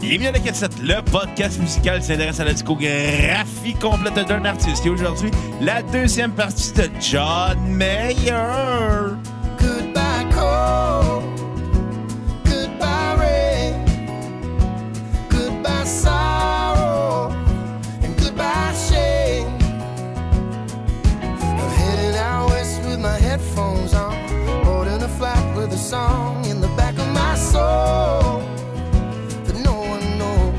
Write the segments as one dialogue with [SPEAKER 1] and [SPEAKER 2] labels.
[SPEAKER 1] Bienvenue à la cassette, le podcast musical qui s'intéresse à la discographie complète d'un artiste. Et aujourd'hui, la deuxième partie de John Mayer.
[SPEAKER 2] Goodbye cold, goodbye rain, goodbye sorrow, and goodbye shame. I'm headed out west with my headphones on, holding a flat with a song in the back of my soul that no one knows.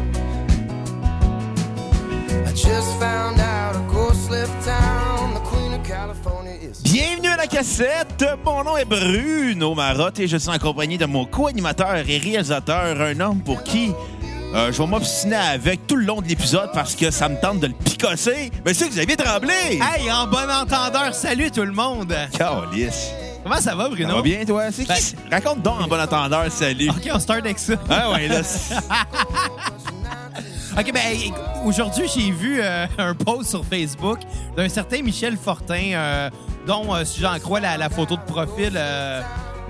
[SPEAKER 2] I just found out a ghost left town. The Queen of California is.
[SPEAKER 1] Bienvenue à la cassette, mon nom est Bruno Marotte et je suis en compagnie de mon co-animateur et réalisateur, un homme pour qui euh, je vais m'obstiner avec tout le long de l'épisode parce que ça me tente de le picosser. Mais c'est que vous aviez tremblé!
[SPEAKER 3] Hey, en bon entendeur, salut tout le monde!
[SPEAKER 1] Calisse.
[SPEAKER 3] Comment ça va, Bruno?
[SPEAKER 1] Ça va bien, toi? C'est qui?
[SPEAKER 3] Ben-
[SPEAKER 1] c- Raconte donc en bon entendeur, salut.
[SPEAKER 3] OK, on start avec ça.
[SPEAKER 1] Ah ouais, là, c'est-
[SPEAKER 3] OK, ben éc- aujourd'hui, j'ai vu euh, un post sur Facebook d'un certain Michel Fortin, euh, dont, euh, si j'en crois la, la photo de profil, euh,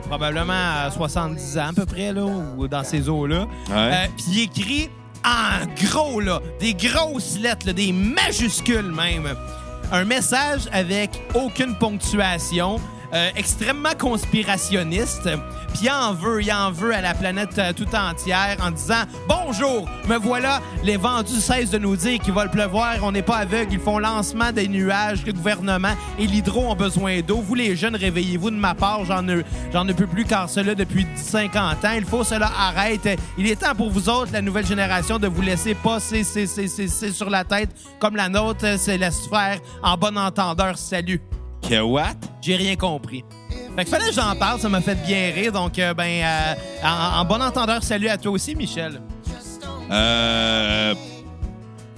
[SPEAKER 3] probablement à 70 ans à peu près, là, ou dans ces eaux-là.
[SPEAKER 1] Ouais.
[SPEAKER 3] Euh, Puis il écrit en gros, là, des grosses lettres, là, des majuscules même. Un message avec aucune ponctuation, euh, extrêmement conspirationniste. Puis il en veut, il en veut à la planète euh, tout entière en disant Bonjour, me voilà, les vendus cessent de nous dire qu'il va le pleuvoir, on n'est pas aveugles, ils font lancement des nuages, le gouvernement et l'hydro ont besoin d'eau. Vous les jeunes, réveillez-vous de ma part, j'en ai- j'en ai plus plus car cela depuis 50 ans. Il faut cela arrête. Il est temps pour vous autres, la nouvelle génération, de vous laisser passer c'est, c'est, c'est, c'est sur la tête comme la nôtre, c'est laisse faire en bon entendeur. Salut.
[SPEAKER 1] Que what?
[SPEAKER 3] J'ai rien compris. Fait que fallait que j'en parle, ça m'a fait bien rire. Donc, euh, ben, euh, en, en bon entendeur, salut à toi aussi, Michel.
[SPEAKER 1] Euh.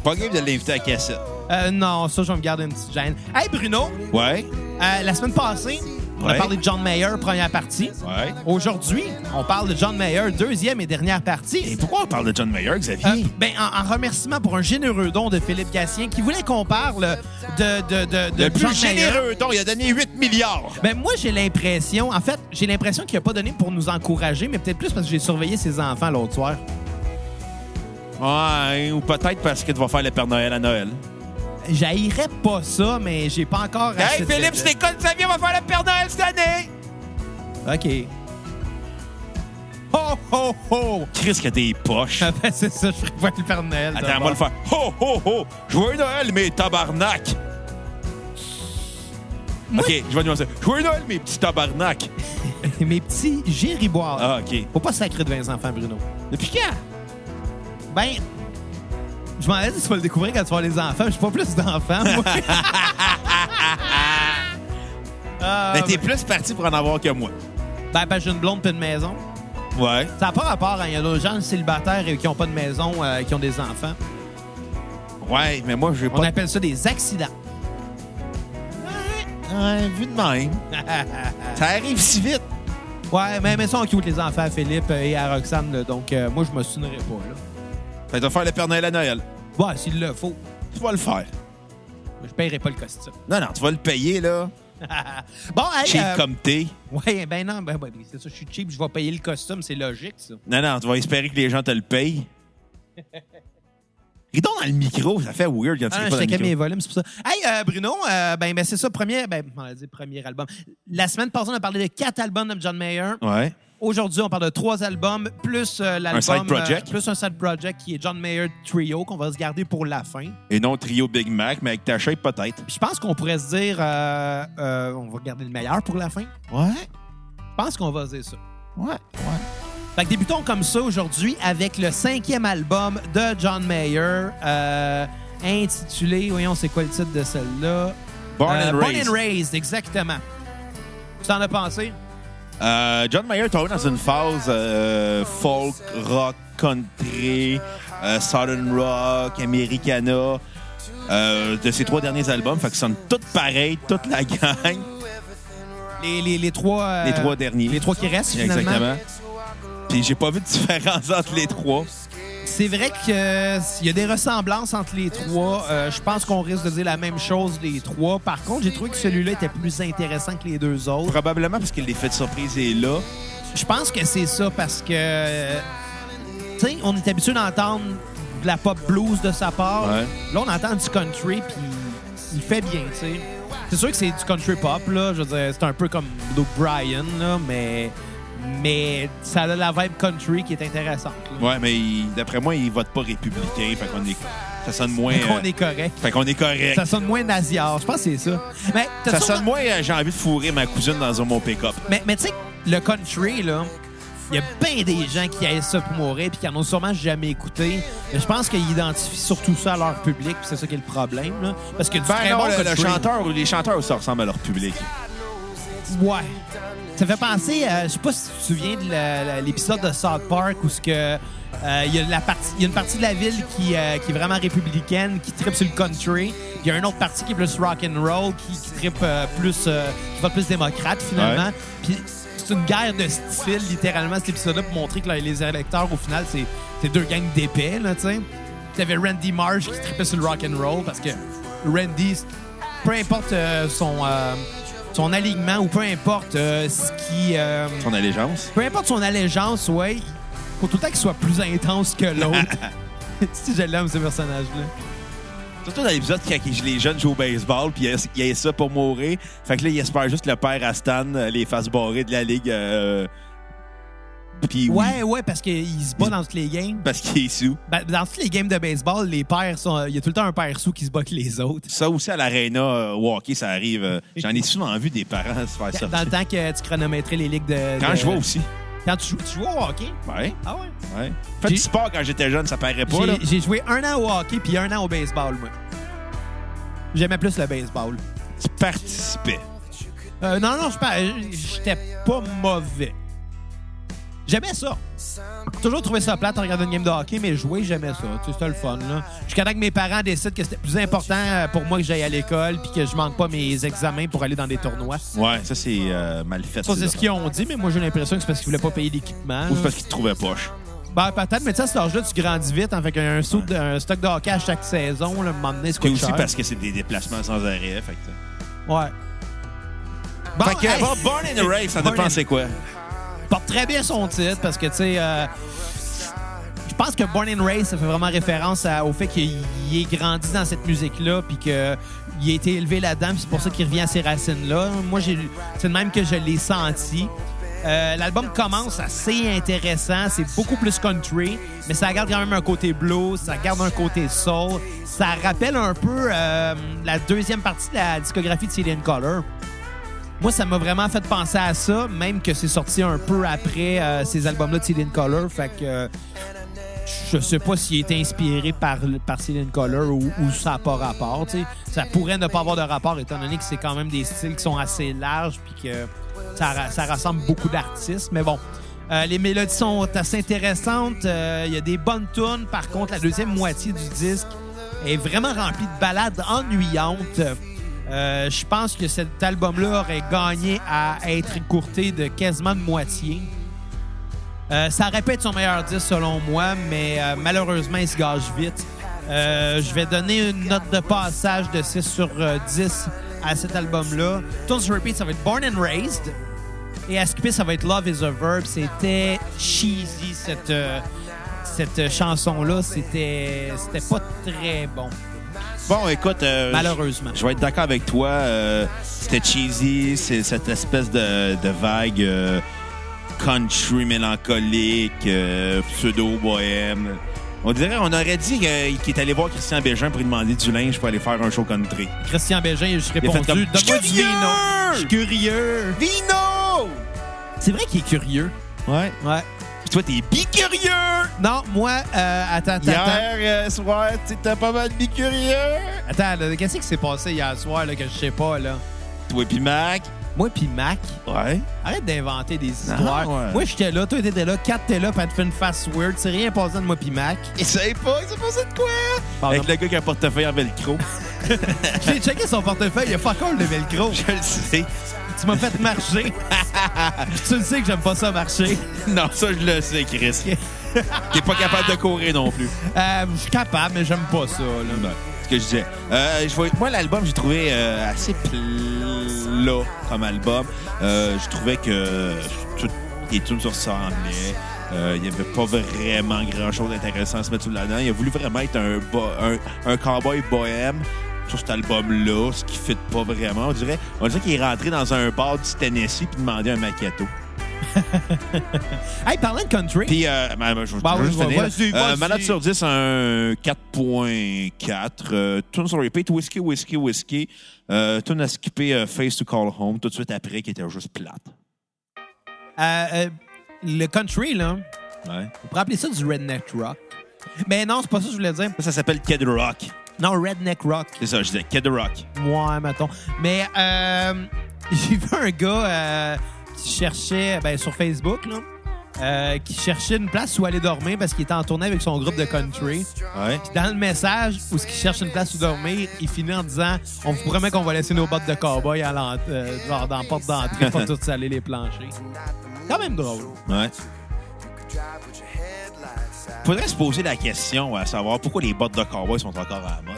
[SPEAKER 1] Pas game de l'inviter à la cassette.
[SPEAKER 3] Euh, non, ça, je vais me garder une petite gêne. Hey, Bruno,
[SPEAKER 1] Ouais?
[SPEAKER 3] euh, la semaine passée, on
[SPEAKER 1] Ouais.
[SPEAKER 3] a parlé de John Mayer, première partie.
[SPEAKER 1] Ouais.
[SPEAKER 3] Aujourd'hui, on parle de John Mayer, deuxième et dernière partie.
[SPEAKER 1] Et pourquoi on parle de John Mayer, Xavier?
[SPEAKER 3] Euh, ben, en, en remerciement pour un généreux don de Philippe Gassien qui voulait qu'on parle de, de, de, de
[SPEAKER 1] le plus
[SPEAKER 3] John Mayer.
[SPEAKER 1] généreux don, il a donné 8 milliards.
[SPEAKER 3] Ben, moi, j'ai l'impression, en fait, j'ai l'impression qu'il n'a pas donné pour nous encourager, mais peut-être plus parce que j'ai surveillé ses enfants l'autre soir.
[SPEAKER 1] Ouais, ou peut-être parce que tu vas faire le Père Noël à Noël.
[SPEAKER 3] J'haïrais pas ça, mais j'ai pas encore.
[SPEAKER 1] Hey,
[SPEAKER 3] assez de-
[SPEAKER 1] Philippe, c'était quoi, Xavier va faire le Père Noël cette année?
[SPEAKER 3] OK. Ho, ho, ho!
[SPEAKER 1] Chris, que t'es poche.
[SPEAKER 3] Ah ben, c'est ça, je ferais pas le Père Noël.
[SPEAKER 1] Attends, on
[SPEAKER 3] d'abord.
[SPEAKER 1] va le faire. Ho, ho, ho! Joyeux Noël, mes tabarnak! Ok, je vais nuancer. Joyeux Noël, mes petits tabarnak!
[SPEAKER 3] Mes petits gériboires.
[SPEAKER 1] Ah, ok.
[SPEAKER 3] Faut pas sacrer de 20 enfants, Bruno. Depuis quand? Ben, je m'en ai dit, tu vas le découvrir quand tu vas avoir les enfants. Je suis pas plus d'enfants, moi. Ah,
[SPEAKER 1] Mais Ben, t'es plus parti pour en avoir que moi.
[SPEAKER 3] ben, ben, j'ai une blonde puis une maison.
[SPEAKER 1] Ouais.
[SPEAKER 3] Ça n'a pas rapport, hein. Il y a d'autres gens célibataires et qui n'ont pas de maison, euh, qui ont des enfants.
[SPEAKER 1] Ouais, mais moi, j'ai
[SPEAKER 3] On
[SPEAKER 1] pas
[SPEAKER 3] appelle ça des accidents.
[SPEAKER 1] Ouais, vu de même. ça arrive si vite.
[SPEAKER 3] Ouais, mais, mais ça, on cute les enfants à Philippe euh, et à Roxane, là. donc euh, moi, je me souviendrai pas,
[SPEAKER 1] Fait que tu vas faire le Père Noël à Noël.
[SPEAKER 3] là. Ouais, s'il le faut,
[SPEAKER 1] Tu vas le faire.
[SPEAKER 3] je paierai pas le costume.
[SPEAKER 1] Non, non, tu vas le payer, là.
[SPEAKER 3] Bon, hey,
[SPEAKER 1] Cheap
[SPEAKER 3] euh,
[SPEAKER 1] comme t'es.
[SPEAKER 3] Ouais, ben non, ben, ben, c'est ça, je suis cheap, je vais payer le costume, c'est logique, ça.
[SPEAKER 1] Non, non, tu vas espérer que les gens te le payent. Ridons dans le micro, ça fait weird quand tu
[SPEAKER 3] Ah,
[SPEAKER 1] ris pas
[SPEAKER 3] je
[SPEAKER 1] dans
[SPEAKER 3] checkais
[SPEAKER 1] le
[SPEAKER 3] mes
[SPEAKER 1] micro.
[SPEAKER 3] volumes, c'est pour ça. Hey, euh, Bruno, euh, ben, ben, c'est ça, premier, ben, on va dire premier album. La semaine passée, on a parlé de quatre albums de John Mayer.
[SPEAKER 1] Ouais.
[SPEAKER 3] Aujourd'hui, on parle de trois albums, plus euh, l'album...
[SPEAKER 1] Un side project.
[SPEAKER 3] euh, plus un side project qui est John Mayer Trio, qu'on va se garder pour la fin.
[SPEAKER 1] Et non trio Big Mac, mais avec ta shape, peut-être.
[SPEAKER 3] Puis je pense qu'on pourrait se dire, euh, euh, on va garder le meilleur pour la fin.
[SPEAKER 1] Ouais,
[SPEAKER 3] Je pense qu'on va se dire ça.
[SPEAKER 1] ouais, ouais.
[SPEAKER 3] Fait que débutons comme ça aujourd'hui avec le cinquième album de John Mayer, euh, intitulé, voyons c'est quoi le titre de celle-là?
[SPEAKER 1] Born
[SPEAKER 3] Euh,
[SPEAKER 1] and Raised.
[SPEAKER 3] Raised, exactement. Tu t'en as pensé?
[SPEAKER 1] Euh, John Mayer est tombé dans une phase euh, folk, rock, country, euh, southern rock, americana euh, de ses trois derniers albums. Fait que sonne toutes pareilles, toute la gang,
[SPEAKER 3] Les, les, les trois... euh,
[SPEAKER 1] les trois derniers.
[SPEAKER 3] Les trois qui restent, finalement.
[SPEAKER 1] Exactement. Puis j'ai pas vu de différence entre les trois.
[SPEAKER 3] C'est vrai qu'il y a des ressemblances entre les trois. Euh, je pense qu'on risque de dire la même chose les trois. Par contre, j'ai trouvé que celui-là était plus intéressant que les deux autres.
[SPEAKER 1] Probablement parce que l'effet de surprise est là.
[SPEAKER 3] Je pense que c'est ça parce que euh, tu sais, on est habitué d'entendre de la pop blues de sa part.
[SPEAKER 1] Ouais.
[SPEAKER 3] Là, on entend du country, puis il fait bien, tu sais. C'est sûr que c'est du country pop, là. Je veux dire, c'est un peu comme Brian, là, mais, mais ça a la vibe country qui est intéressante. là.
[SPEAKER 1] Ouais, mais il- d'après moi, il vote pas républicain. Fait qu'on est. Ça sonne moins.
[SPEAKER 3] Fait qu'on
[SPEAKER 1] euh,
[SPEAKER 3] est correct.
[SPEAKER 1] Fait qu'on est correct.
[SPEAKER 3] Ça sonne moins naziard. Je pense que c'est ça. Mais t'as
[SPEAKER 1] Ça
[SPEAKER 3] sûrement-
[SPEAKER 1] sonne moins, euh, j'ai envie de fourrer ma cousine dans un mon pick-up.
[SPEAKER 3] Mais, mais tu sais, le country, là, il y a bien des gens qui aiment ça pour mourir puis qui en ont sûrement jamais écouté. Mais je pense qu'ils identifient surtout ça à leur public, puis c'est ça qui est le problème. Là. Parce que du très
[SPEAKER 1] Ben non,
[SPEAKER 3] bon
[SPEAKER 1] le, le
[SPEAKER 3] country-
[SPEAKER 1] chanteur ou les chanteurs, ça ressemble à leur public.
[SPEAKER 3] Ouais. Ça fait penser à. Je sais pas si tu te souviens de la- la- l'épisode de South Park où ce que. euh, Il y, a la partie- il y a une partie de la ville qui, euh, qui est vraiment républicaine, qui tripe sur le country. Il y a une autre partie qui est plus rock and roll, qui, qui tripe euh, plus, euh, qui va plus démocrate finalement.
[SPEAKER 1] Ouais.
[SPEAKER 3] Puis c'est une guerre de style littéralement cet épisode-là pour montrer que là, les électeurs au final c'est c'est deux gangs d'épais là, tu sais. Puis T'avais Randy Marsh qui tripait sur le rock and roll parce que Randy, peu importe euh, son euh, son alignement ou peu importe euh, ce qui euh,
[SPEAKER 1] Son allégeance.
[SPEAKER 3] peu importe son allégeance, ouais, il faut tout le temps qu'il soit plus intense que l'autre. si je l'aime, ce personnage-là.
[SPEAKER 1] Surtout dans l'épisode quand ils- les jeunes jouent au baseball, puis ils- ils aient ça pour mourir. Fait que là, ils espèrent juste que le père à Stan euh, les fasse barrer de la ligue. euh, Puis oui,
[SPEAKER 3] Ouais, ouais, parce qu'il se bat dans toutes les games.
[SPEAKER 1] parce qu'il est sous.
[SPEAKER 3] Ben, Dans toutes les games de baseball, les pères sont. Il y a tout le temps un père sous qui se bat que les autres.
[SPEAKER 1] Ça aussi, à l'aréna euh, au hockey, ça arrive. euh, J'en ai souvent vu des parents se faire
[SPEAKER 3] Dans
[SPEAKER 1] sortir.
[SPEAKER 3] le temps que tu chronométrais les ligues de.
[SPEAKER 1] Quand
[SPEAKER 3] de-
[SPEAKER 1] je vois aussi.
[SPEAKER 3] Quand tu joues, tu joues au hockey?
[SPEAKER 1] Ouais,
[SPEAKER 3] Ah ouais?
[SPEAKER 1] ouais. Fait
[SPEAKER 3] J'ai-
[SPEAKER 1] du sport quand j'étais jeune, ça paraît pas, là.
[SPEAKER 3] J'ai- J'ai joué un an au hockey puis un an au baseball, moi. J'aimais plus le baseball.
[SPEAKER 1] Tu participais.
[SPEAKER 3] Euh, non, non, je pas- j'étais pas mauvais. J'aimais ça. J'ai Toujours trouvé ça plate en regardant une game de hockey, mais jouer, j'aimais ça. Tu sais, C'était le fun. là. Jusqu'à temps que mes parents décident que c'était plus important euh, pour moi que j'aille à l'école puis que je manque pas mes examens pour aller dans des tournois.
[SPEAKER 1] Ouais, ça, c'est euh, mal fait.
[SPEAKER 3] Ça,
[SPEAKER 1] ces
[SPEAKER 3] c'est ce qu'ils ont dit, mais moi, j'ai l'impression que c'est parce qu'ils voulaient pas payer l'équipement.
[SPEAKER 1] Ou c'est parce qu'ils te trouvaient poche.
[SPEAKER 3] Ben, peut-être, mais tu sais, à cet âge-là, tu grandis vite. Hein, fait qu'un saut de- un stock de hockey à chaque saison, là, m'emmener, c'est
[SPEAKER 1] Puis aussi parce que c'est des déplacements sans arrêt. Fait que,
[SPEAKER 3] Ouais. Bon,
[SPEAKER 1] Fait que,
[SPEAKER 3] Ah, hey!
[SPEAKER 1] bon, Born in a Rave, ça
[SPEAKER 3] Born
[SPEAKER 1] dépend
[SPEAKER 3] in-
[SPEAKER 1] c'est quoi.
[SPEAKER 3] porte très bien son titre parce que, tu sais, euh, je pense que Born and Raised, ça fait vraiment référence à- au fait qu'il il est grandi dans cette musique-là, puis qu'il a été élevé là-dedans, puis c'est pour ça qu'il revient à ses racines-là. Moi, j'ai- c'est de même que je l'ai senti. Euh, L'album commence assez intéressant, c'est beaucoup plus country, mais ça garde quand même un côté blues, ça garde un côté soul, ça rappelle un peu euh, la deuxième partie de la discographie de Cillian Color. Moi, ça m'a vraiment fait penser à ça, même que c'est sorti un peu après euh, ces albums-là de Céline Color. Fait que euh, je sais pas s'il est inspiré par, par Céline Color ou, ou ça n'a pas rapport. tu sais. Ça pourrait ne pas avoir de rapport, étant donné que c'est quand même des styles qui sont assez larges puis que ça, ra- ça rassemble beaucoup d'artistes. Mais bon, euh, les mélodies sont assez intéressantes. Euh, Il y a des bonnes tunes. Par contre, la deuxième moitié du disque est vraiment remplie de ballades ennuyantes. Euh, je pense que cet album-là aurait gagné à être écourté de quasiment de moitié. Euh, ça aurait pu être son meilleur disque selon moi, mais euh, malheureusement, il se gage vite. Euh, je vais donner une note de passage de 6 sur euh, 10 à cet album-là. Tons Repeat, ça va être Born and Raised. Et à skipper, ça va être Love is a Verb. C'était cheesy, cette, euh, cette euh, chanson-là. C'était c'était pas très bon,
[SPEAKER 1] Bon, écoute. euh,
[SPEAKER 3] malheureusement.
[SPEAKER 1] Je vais être d'accord avec toi. euh, C'était cheesy. C'est cette espèce de, de vague euh, country mélancolique, euh, pseudo-bohème. On dirait, on aurait dit euh, qu'il est allé voir Christian Bégin pour lui demander du linge pour aller faire un show country.
[SPEAKER 3] Christian Bégin, je suis répondu.
[SPEAKER 1] comme,
[SPEAKER 3] Donne-moi
[SPEAKER 1] Je suis
[SPEAKER 3] du vino.
[SPEAKER 1] curieux!
[SPEAKER 3] Je suis curieux.
[SPEAKER 1] Vino!
[SPEAKER 3] C'est vrai qu'il est curieux.
[SPEAKER 1] Ouais.
[SPEAKER 3] Ouais.
[SPEAKER 1] Puis toi, t'es bicurieux!
[SPEAKER 3] Non, moi, euh, attends, attends, attends.
[SPEAKER 1] Hier euh, soir, t'étais pas mal bicurieux.
[SPEAKER 3] Attends, là, qu'est-ce qui s'est passé hier soir là, que je sais pas, là?
[SPEAKER 1] Toi pis Mac.
[SPEAKER 3] Moi puis Mac,
[SPEAKER 1] Ouais.
[SPEAKER 3] arrête d'inventer des histoires.
[SPEAKER 1] Ah, ouais.
[SPEAKER 3] Moi, j'étais là, toi, t'étais là, Kat, t'es là, puis elle te fait une face weird. C'est rien passé de moi puis Mac.
[SPEAKER 1] Essaye pas, c'est passé de quoi?
[SPEAKER 3] Pardon.
[SPEAKER 1] Avec le gars qui a un portefeuille en velcro.
[SPEAKER 3] J'ai checké son portefeuille, il y a fuck all de velcro.
[SPEAKER 1] Je le sais.
[SPEAKER 3] tu m'as fait marcher. tu le sais que j'aime pas ça marcher.
[SPEAKER 1] Non, ça, je le sais, Chris. T'es pas capable de courir non plus.
[SPEAKER 3] Euh, je suis capable, mais j'aime pas ça, là.
[SPEAKER 1] Ben, ce que je disais. Euh, je vois- moi, l'album, j'ai trouvé euh, assez plat comme album. Euh, je trouvais que tout- les tunes se ressemblaient. Euh, Il n'y avait pas vraiment grand-chose d'intéressant à se mettre sous la dent. Il a voulu vraiment être un, bo- un, un cowboy bohème sur cet album-là, ce qui ne fit pas vraiment. On dirait, on dirait qu'il est rentré dans un bar du Tennessee puis demandait un macchiato.
[SPEAKER 3] Hey, parlant de country,
[SPEAKER 1] Puis, euh, ben, ben, je je-
[SPEAKER 3] Bah,
[SPEAKER 1] je veux juste
[SPEAKER 3] vas-
[SPEAKER 1] finir,
[SPEAKER 3] vas-y,
[SPEAKER 1] là. Euh,
[SPEAKER 3] vas-y.
[SPEAKER 1] Malade sur 10, un 4.4. Euh, tune sur repeat, Whiskey, Whiskey, Whiskey. Euh, tune à skipper euh, Face to Call Home tout de suite après, qui était juste plate.
[SPEAKER 3] euh, euh, le country, là,
[SPEAKER 1] Ouais.
[SPEAKER 3] on pourrait appeler ça du redneck rock. Mais non, c'est pas ça que je voulais dire.
[SPEAKER 1] Ça, ça s'appelle Kid Rock.
[SPEAKER 3] Non, redneck rock.
[SPEAKER 1] C'est ça, je disais Kid Rock.
[SPEAKER 3] Ouais, mettons. Mais euh, j'ai vu un gars euh, qui cherchait, ben, sur Facebook, là, euh, qui cherchait une place où aller dormir parce qu'il était en tournée avec son groupe de country.
[SPEAKER 1] Ouais.
[SPEAKER 3] Dans le message où ce qui cherche une place où dormir, il finit en disant On vous promet qu'on va laisser nos bottes de cowboy à l'ent- euh, genre dans la porte d'entrée pour tout saler les planchers. Quand même drôle.
[SPEAKER 1] Ouais.
[SPEAKER 2] Drive with your headlights out.
[SPEAKER 1] Faudrait se poser la question à savoir pourquoi les bottes de cowboy sont encore à la mode.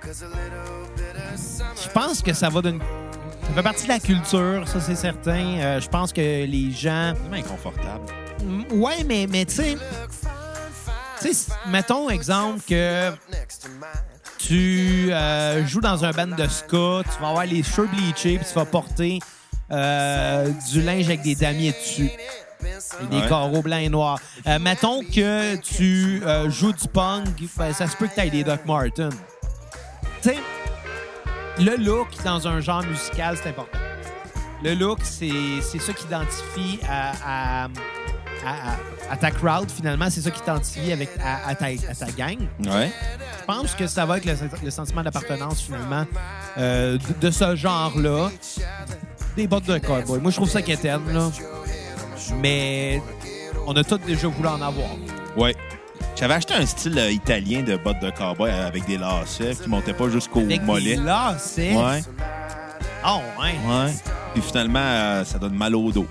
[SPEAKER 2] 'Cause a little bit of summer
[SPEAKER 3] Je pense que ça va d'une. Ça fait partie de la culture, ça c'est certain. Euh, je pense que les gens.
[SPEAKER 1] C'est vraiment inconfortable.
[SPEAKER 3] Mm, Ouais, mais, mais tu sais. Tu sais, si- mettons exemple que
[SPEAKER 2] next to mine.
[SPEAKER 3] tu euh, joues dans un band de ska, tu vas avoir les cheveux bleachés, puis tu vas porter euh, du linge avec des damiers dessus. Et des
[SPEAKER 1] Ouais.
[SPEAKER 3] carreaux blancs et noirs. Euh, mettons que tu euh, joues du punk, ben, ça se peut que tu des Doc Martens. Tu sais, le look dans un genre musical, c'est important. Le look, c'est c'est ça qui identifie à, à- à- à- à ta crowd, finalement. C'est ça qui t'identifie avec- à, à ta, à ta gang
[SPEAKER 1] Ouais.
[SPEAKER 3] je pense que ça va être le, le sentiment d'appartenance, finalement, euh, de, de ce genre-là. Des bottes de cowboy. Moi, je trouve ça quétaine, là. Mais on a tous déjà voulu en avoir.
[SPEAKER 1] Ouais. J'avais acheté un style euh, italien de bottes de cowboy euh, avec des lacets qui montaient pas jusqu'au
[SPEAKER 3] Avec
[SPEAKER 1] mollet.
[SPEAKER 3] là, c'est...
[SPEAKER 1] Ouais.
[SPEAKER 3] Ah, ouais.
[SPEAKER 1] Ouais. Puis finalement, euh, ça donne mal au dos.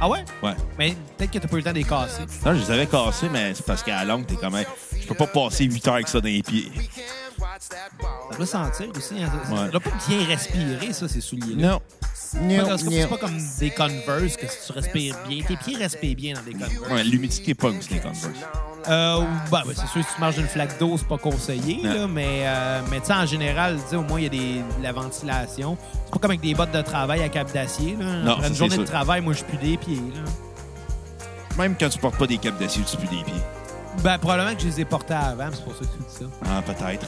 [SPEAKER 3] Ah ouais?
[SPEAKER 1] Ouais.
[SPEAKER 3] Mais peut-être que t'as pas eu le temps de les casser.
[SPEAKER 1] Non, je les avais cassés, mais c'est parce qu'à la longue, t'es quand même. Je peux pas passer 8 heures avec ça dans les pieds.
[SPEAKER 3] Ça doit sentir aussi. hein. Ça-
[SPEAKER 1] Ouais.
[SPEAKER 3] Ça doit pas bien respirer, ça, ces souliers-là.
[SPEAKER 1] Non.
[SPEAKER 3] C'est pas- C'est pas comme des Converse que si tu respires bien. Tes pieds respirent bien dans des Converse.
[SPEAKER 1] Ouais, l'humidité punk, c'est les Converse.
[SPEAKER 3] Euh, bah, ouais, c'est sûr, si tu marches d'une flaque d'eau, c'est pas conseillé,
[SPEAKER 1] Non.
[SPEAKER 3] là, mais, euh, mais tu sais, en général, tu sais, au moins, il y a des, de la ventilation. C'est pas comme avec des bottes de travail à cap d'acier. là.
[SPEAKER 1] Non,
[SPEAKER 3] Après
[SPEAKER 1] ça,
[SPEAKER 3] une
[SPEAKER 1] c'est
[SPEAKER 3] journée de
[SPEAKER 1] sûr.
[SPEAKER 3] travail, moi, je pue des pieds. Là.
[SPEAKER 1] Même quand tu portes pas des capes d'acier au-dessus des pieds.
[SPEAKER 3] Ben, probablement que je les ai portés avant, c'est pour ça que tu dis ça.
[SPEAKER 1] Ah, peut-être.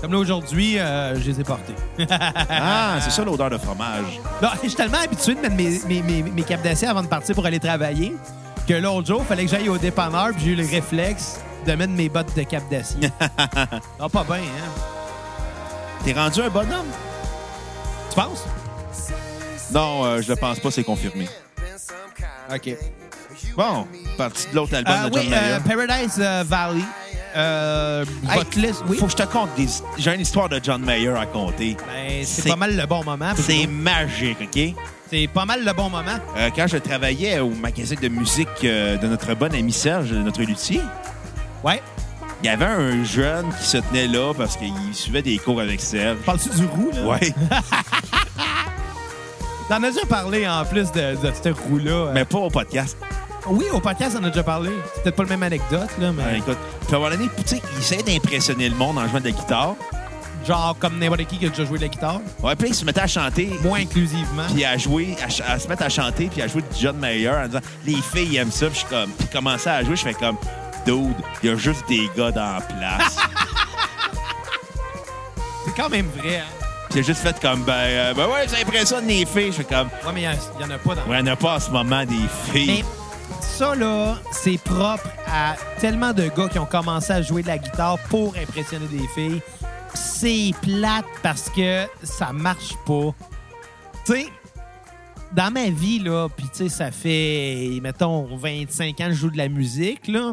[SPEAKER 3] Comme là, aujourd'hui, euh, je les ai portés.
[SPEAKER 1] Ah, c'est ça l'odeur de fromage.
[SPEAKER 3] Non, je suis tellement habitué de mettre mes, mes, mes, mes capes d'acier avant de partir pour aller travailler que l'autre jour, il fallait que j'aille au dépanneur, puis j'ai eu le réflexe de mettre mes bottes de cap d'acier. non, pas bien, hein?
[SPEAKER 1] T'es rendu un bonhomme?
[SPEAKER 3] Tu penses?
[SPEAKER 1] Non, euh, je le pense pas, c'est confirmé.
[SPEAKER 3] OK.
[SPEAKER 1] Bon, partie de l'autre album
[SPEAKER 3] Euh,
[SPEAKER 1] de John
[SPEAKER 3] oui,
[SPEAKER 1] Mayer.
[SPEAKER 3] euh, Paradise euh, Valley. Euh,
[SPEAKER 1] Hey,
[SPEAKER 3] votre liste, oui.
[SPEAKER 1] Faut que je te conte des. J'ai une histoire de John Mayer à compter.
[SPEAKER 3] Ben, c'est
[SPEAKER 1] C'est-
[SPEAKER 3] pas mal le bon moment.
[SPEAKER 1] C'est
[SPEAKER 3] Bruno.
[SPEAKER 1] magique, OK?
[SPEAKER 3] C'est pas mal le bon moment.
[SPEAKER 1] Euh, quand je travaillais au magasin de musique euh, de notre bon ami Serge, notre luthier,
[SPEAKER 3] Ouais.
[SPEAKER 1] il y avait un jeune qui se tenait là parce qu'il suivait des cours avec Serge.
[SPEAKER 3] Parles-tu du roux, là?
[SPEAKER 1] Ouais.
[SPEAKER 3] T'en as déjà parlé, en plus, de, de ce roux-là. euh.
[SPEAKER 1] mais pas au podcast.
[SPEAKER 3] Oui, au podcast, on a déjà parlé. C'est peut-être pas la même anecdote, là, mais...
[SPEAKER 1] Euh, écoute, puis à un moment donné, tu sais, il essayait d'impressionner le monde en jouant de la guitare.
[SPEAKER 3] Genre, comme n'importe qui qui a déjà joué de la guitare.
[SPEAKER 1] Ouais, puis là, il se mettait à chanter.
[SPEAKER 3] Moins inclusivement.
[SPEAKER 1] Puis à jouer, à, ch- à se mettre à chanter, puis à jouer du John Mayer en disant les filles aiment ça. Puis je suis comme, puis commençait à jouer, je fais comme, dude, il y a juste des gars dans la place.
[SPEAKER 3] C'est quand même vrai, hein?
[SPEAKER 1] puis il a juste fait comme, ben, euh, ben ouais, ça impressionne les filles. Je fais comme,
[SPEAKER 3] Ouais, mais il y, en- il y en a pas dans...
[SPEAKER 1] Ouais, on a pas en ce moment des
[SPEAKER 3] Mais
[SPEAKER 1] filles.
[SPEAKER 3] ça, là, c'est propre à tellement de gars qui ont commencé à jouer de la guitare pour impressionner des filles. C'est plate parce que ça marche pas. Tu sais, dans ma vie, là, puis tu sais, ça fait, mettons, 25 ans que je joue de la musique, là.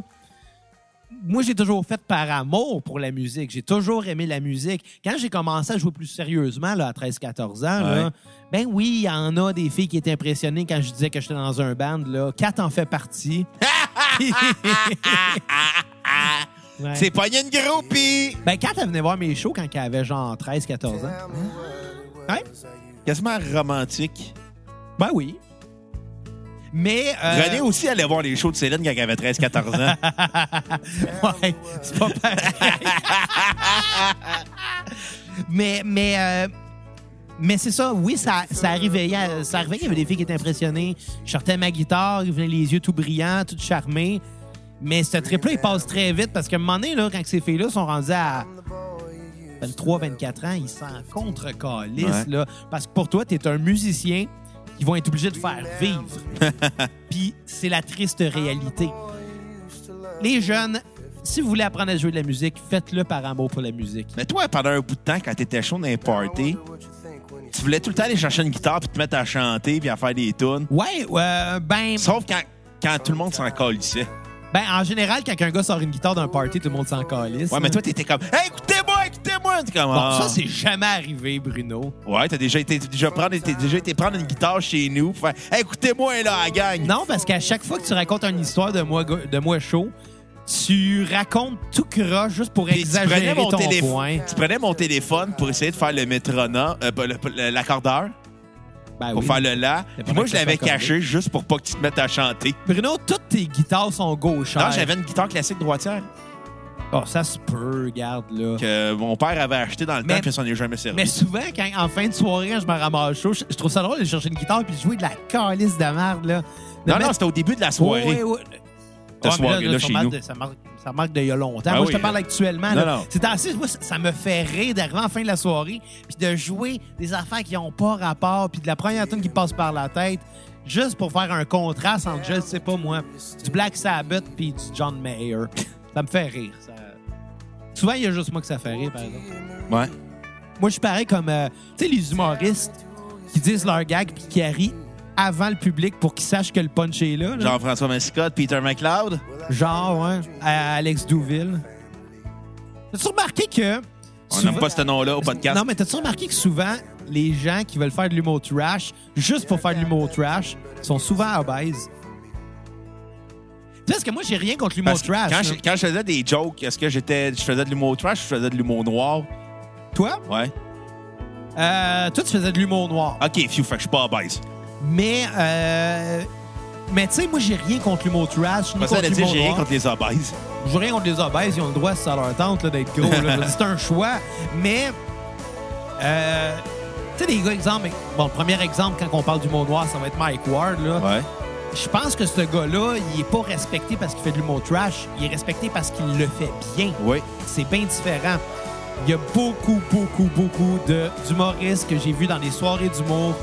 [SPEAKER 3] Moi, j'ai toujours fait par amour pour la musique. J'ai toujours aimé la musique. Quand j'ai commencé à jouer plus sérieusement, là, à 13-14 ans, là,
[SPEAKER 1] Ouais.
[SPEAKER 3] ben oui, il y en a des filles qui étaient impressionnées quand je disais que j'étais dans un band. Là. Kat en fait partie. Ouais.
[SPEAKER 1] C'est pas une groupie!
[SPEAKER 3] Ben, Kat, elle venait voir mes shows quand elle avait genre 13-14 ans.
[SPEAKER 2] Tell me
[SPEAKER 3] Hein?
[SPEAKER 2] what it
[SPEAKER 3] Ouais.
[SPEAKER 2] was I used
[SPEAKER 1] Quasiment romantique.
[SPEAKER 3] Ben oui. Mais. euh,
[SPEAKER 1] René aussi allait voir les shows de Céline quand elle avait 13-14 ans.
[SPEAKER 3] Ouais, c'est pas pareil. mais mais, euh, mais c'est ça, oui, ça, ça réveillait. à- Ça réveillait, il y avait des filles qui étaient impressionnées. Je sortais ma guitare, ils venaient les yeux tout brillants, tout charmés. Mais ce trip-là, il passe très vite parce qu'à un moment donné, là, quand ces filles-là sont rendues à 23-24 ans, ils s'en contre-calissent.
[SPEAKER 1] Ouais.
[SPEAKER 3] là. Parce que pour toi, t'es un musicien qu'ils vont être obligés de faire vivre. Puis c'est la triste réalité les jeunes, si vous voulez apprendre à jouer de la musique, faites-le par amour pour la musique.
[SPEAKER 1] Mais toi, pendant un bout de temps, quand t'étais chaud dans les parties, tu voulais tout le temps aller chercher une guitare puis te mettre à chanter puis à faire des tunes.
[SPEAKER 3] Ouais, euh, ben,
[SPEAKER 1] Sauf quand, quand tout le monde s'en calissait.
[SPEAKER 3] ben, en général, quand un gars sort une guitare d'un party, tout le monde s'en calisse.
[SPEAKER 1] Ouais, mais toi, t'étais comme Hey, écoutez-moi, écoutez-moi! T'es comme,
[SPEAKER 3] Bon,
[SPEAKER 1] Ah.
[SPEAKER 3] ça, c'est jamais arrivé, Bruno.
[SPEAKER 1] Ouais, t'as déjà été, t'as déjà prendre, t'as déjà été prendre une guitare chez nous pour faire Hey, écoutez-moi, là, la gang!
[SPEAKER 3] Non, parce qu'à chaque fois que tu racontes une histoire de moi, go- de moi chaud, tu racontes tout croche juste pour
[SPEAKER 1] Puis
[SPEAKER 3] exagérer ton
[SPEAKER 1] téléphone-
[SPEAKER 3] point.
[SPEAKER 1] tu prenais mon téléphone pour essayer de faire le métronome, euh, pas le- pas le- l'accordeur,
[SPEAKER 3] Ben
[SPEAKER 1] pour
[SPEAKER 3] oui.
[SPEAKER 1] faire le la.
[SPEAKER 3] C'est
[SPEAKER 1] Puis
[SPEAKER 3] pas
[SPEAKER 1] moi,
[SPEAKER 3] mal
[SPEAKER 1] je
[SPEAKER 3] que ça
[SPEAKER 1] l'avais
[SPEAKER 3] soit accordé.
[SPEAKER 1] caché juste pour pas que tu te mettes à chanter.
[SPEAKER 3] Bruno, toutes tes guitares sont gauchères.
[SPEAKER 1] Non, j'avais une guitare classique droitière
[SPEAKER 3] Oh, ça se peut, regarde, là.
[SPEAKER 1] que mon père avait achetée dans le
[SPEAKER 3] Mais-
[SPEAKER 1] temps, puis ça n'est jamais servi.
[SPEAKER 3] Mais souvent, quand, en fin de soirée, quand je me ramasse chaud, je, je trouve ça drôle de chercher une guitare puis de jouer de la calice de merde, là. De
[SPEAKER 1] non, non,
[SPEAKER 3] mettre-
[SPEAKER 1] c'était au début de la soirée.
[SPEAKER 3] Ouais, ouais, ouais.
[SPEAKER 1] Ta
[SPEAKER 3] Ouais, mais
[SPEAKER 1] soirée, là,
[SPEAKER 3] ça
[SPEAKER 1] chez
[SPEAKER 3] marque
[SPEAKER 1] nous.
[SPEAKER 3] de- ça, marque, ça marque d'il y a longtemps.
[SPEAKER 1] Ben
[SPEAKER 3] moi,
[SPEAKER 1] oui,
[SPEAKER 3] je te parle
[SPEAKER 1] là.
[SPEAKER 3] actuellement.
[SPEAKER 1] Non,
[SPEAKER 3] là.
[SPEAKER 1] non.
[SPEAKER 3] C'est assez, moi, ça, ça me fait rire d'arriver en fin de la soirée puis de jouer des affaires qui n'ont pas rapport puis de la première tune qui passe par la tête juste pour faire un contraste entre, je sais pas moi, du Black Sabbath puis du John Mayer. ça me fait rire. ça. Souvent, il y a juste moi que ça fait rire, par exemple.
[SPEAKER 1] Ouais.
[SPEAKER 3] Moi, je suis pareil comme, euh, tu sais, les humoristes qui disent leur gag puis qui rient avant le public pour qu'ils sachent que le punch est là. là.
[SPEAKER 1] Jean-François Mascotte, Peter McLeod.
[SPEAKER 3] Genre, ouais, à Alex Douville. T'as-tu remarqué que...
[SPEAKER 1] On
[SPEAKER 3] souvent-
[SPEAKER 1] n'aime pas ce nom-là au podcast.
[SPEAKER 3] Non, mais t'as-tu remarqué que souvent, les gens qui veulent faire de l'humour trash, juste pour faire de l'humour trash, sont souvent obèses? Tu sais, parce que moi, j'ai rien contre l'humour
[SPEAKER 1] Parce que
[SPEAKER 3] trash.
[SPEAKER 1] quand,
[SPEAKER 3] là.
[SPEAKER 1] je, quand je faisais des jokes, est-ce que j'étais, je faisais de l'humour trash ou je faisais de l'humour noir?
[SPEAKER 3] Toi,
[SPEAKER 1] Ouais.
[SPEAKER 3] euh, toi, tu faisais de l'humour noir.
[SPEAKER 1] OK, phew, fait que je suis pas obèse.
[SPEAKER 3] Mais, euh, mais tu sais, moi, j'ai rien contre l'humour trash. ni
[SPEAKER 1] Parce que
[SPEAKER 3] contre
[SPEAKER 1] elle a dit,
[SPEAKER 3] l'humour
[SPEAKER 1] j'ai rien
[SPEAKER 3] noir.
[SPEAKER 1] contre les obèses.
[SPEAKER 3] J'ai rien contre les obèses, ils ont le droit, si ça leur tente, là, d'être gros. là. C'est un choix. Mais, euh, tu sais, des gars, exemple, bon, le premier exemple, quand on parle du mot noir, ça va être Mike Ward. là.
[SPEAKER 1] Ouais.
[SPEAKER 3] Je pense que ce gars-là, il est pas respecté parce qu'il fait de l'humour trash. Il est respecté parce qu'il le fait bien.
[SPEAKER 1] Oui.
[SPEAKER 3] C'est bien différent. Il y a beaucoup, beaucoup, beaucoup de- d'humoristes que j'ai vus dans des soirées d'humour